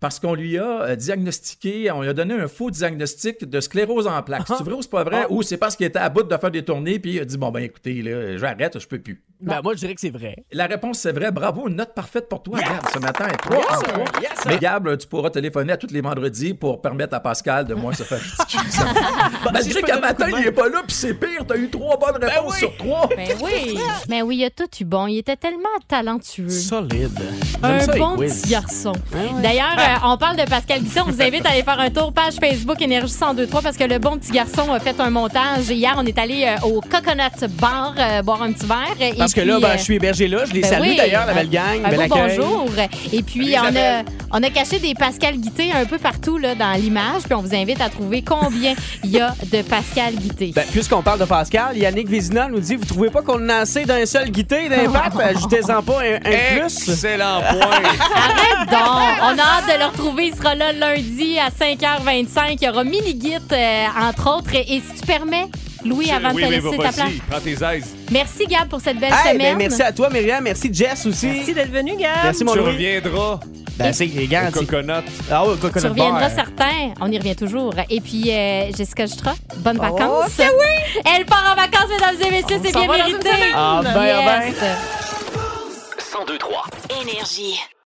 Speaker 14: Parce qu'on lui a euh, diagnostiqué, on lui a donné un faux diagnostic de sclérose en
Speaker 15: Ah.
Speaker 14: plaques. C'est vrai ou c'est pas vrai? Ou c'est parce qu'il était à bout de faire des tournées puis il a dit bon ben écoutez là, j'arrête, je peux plus.
Speaker 4: Ben, moi, je dirais que c'est vrai.
Speaker 14: La réponse c'est vrai. Bravo, une note parfaite pour toi. Gab, ce matin, trois en trois. Mais Gab, tu pourras téléphoner à tous les vendredis pour permettre à Pascal de moins se faire critiquer.
Speaker 4: Bah, si
Speaker 14: Malgré
Speaker 4: je peux
Speaker 14: qu'à
Speaker 4: donner un coup
Speaker 14: matin,
Speaker 4: de main.
Speaker 14: il est pas là, puis c'est pire, t'as eu trois bonnes réponses sur trois.
Speaker 3: Ben oui. Mais oui, il a tout eu bon. Il était tellement talentueux.
Speaker 4: Solide. J'aime
Speaker 3: Mm. Un
Speaker 4: ça, les
Speaker 3: bon
Speaker 4: quiz. Ah
Speaker 3: petit garçon. D'ailleurs, euh, on parle de Pascal Guisson. On vous invite à aller faire un tour page Facebook Énergie 1023 parce que le bon petit garçon a fait un montage. Hier, on est allé euh, au Coconut Bar euh, boire un petit verre. Et
Speaker 4: Parce que
Speaker 3: puis,
Speaker 4: là, ben,
Speaker 3: euh,
Speaker 4: je suis hébergé là. Je les
Speaker 3: ben
Speaker 4: salue
Speaker 3: oui,
Speaker 4: d'ailleurs, la
Speaker 3: un-
Speaker 4: belle gang.
Speaker 3: un
Speaker 4: bel
Speaker 3: beau
Speaker 4: accueil.
Speaker 3: bonjour. Et puis,
Speaker 4: Salut,
Speaker 3: on a,
Speaker 4: Isabelle.
Speaker 3: on a caché des Pascal Guité un peu partout là, dans l'image. Puis, on vous invite à trouver combien il y a de Pascal Guité.
Speaker 4: Ben, puisqu'on parle de Pascal, Yannick Vézina nous dit Vous trouvez pas qu'on a assez d'un seul guité d'un pape Ajoutez-en pas un, un plus.
Speaker 16: Excellent point.
Speaker 3: Arrête donc! On a hâte de le retrouver. Il sera là lundi à 5h25. Il y aura mini-git, euh, entre autres. Et si tu permets, Louis, avant de
Speaker 16: oui,
Speaker 3: te
Speaker 16: mais va
Speaker 3: laisser ta
Speaker 16: pas
Speaker 3: place.
Speaker 16: si, Prends tes aises.
Speaker 3: Merci, Gab, pour cette belle
Speaker 4: Hey, ben,
Speaker 3: semaine.
Speaker 4: merci à toi, Myriam. Merci, Jess aussi.
Speaker 3: Merci
Speaker 8: d'être venu, Gab.
Speaker 4: Merci, mon
Speaker 16: Tu
Speaker 4: Louis.
Speaker 16: reviendras.
Speaker 4: Ben, c'est garanti.
Speaker 16: Coconut.
Speaker 4: Ah oui, coconut
Speaker 3: Tu reviendras
Speaker 4: beurre.
Speaker 3: certain. On y revient toujours. Et puis, euh, Jessica Jutra, bonnes
Speaker 4: Oh,
Speaker 3: vacances.
Speaker 4: que
Speaker 3: oui! Elle part en vacances, mesdames et messieurs. C'est
Speaker 7: s'en
Speaker 3: bien
Speaker 4: 啊
Speaker 7: va dans une
Speaker 3: mérité.
Speaker 7: semaine.
Speaker 4: Ah, ben, ah, ben.
Speaker 3: Yes.
Speaker 7: 102-3. Énergie.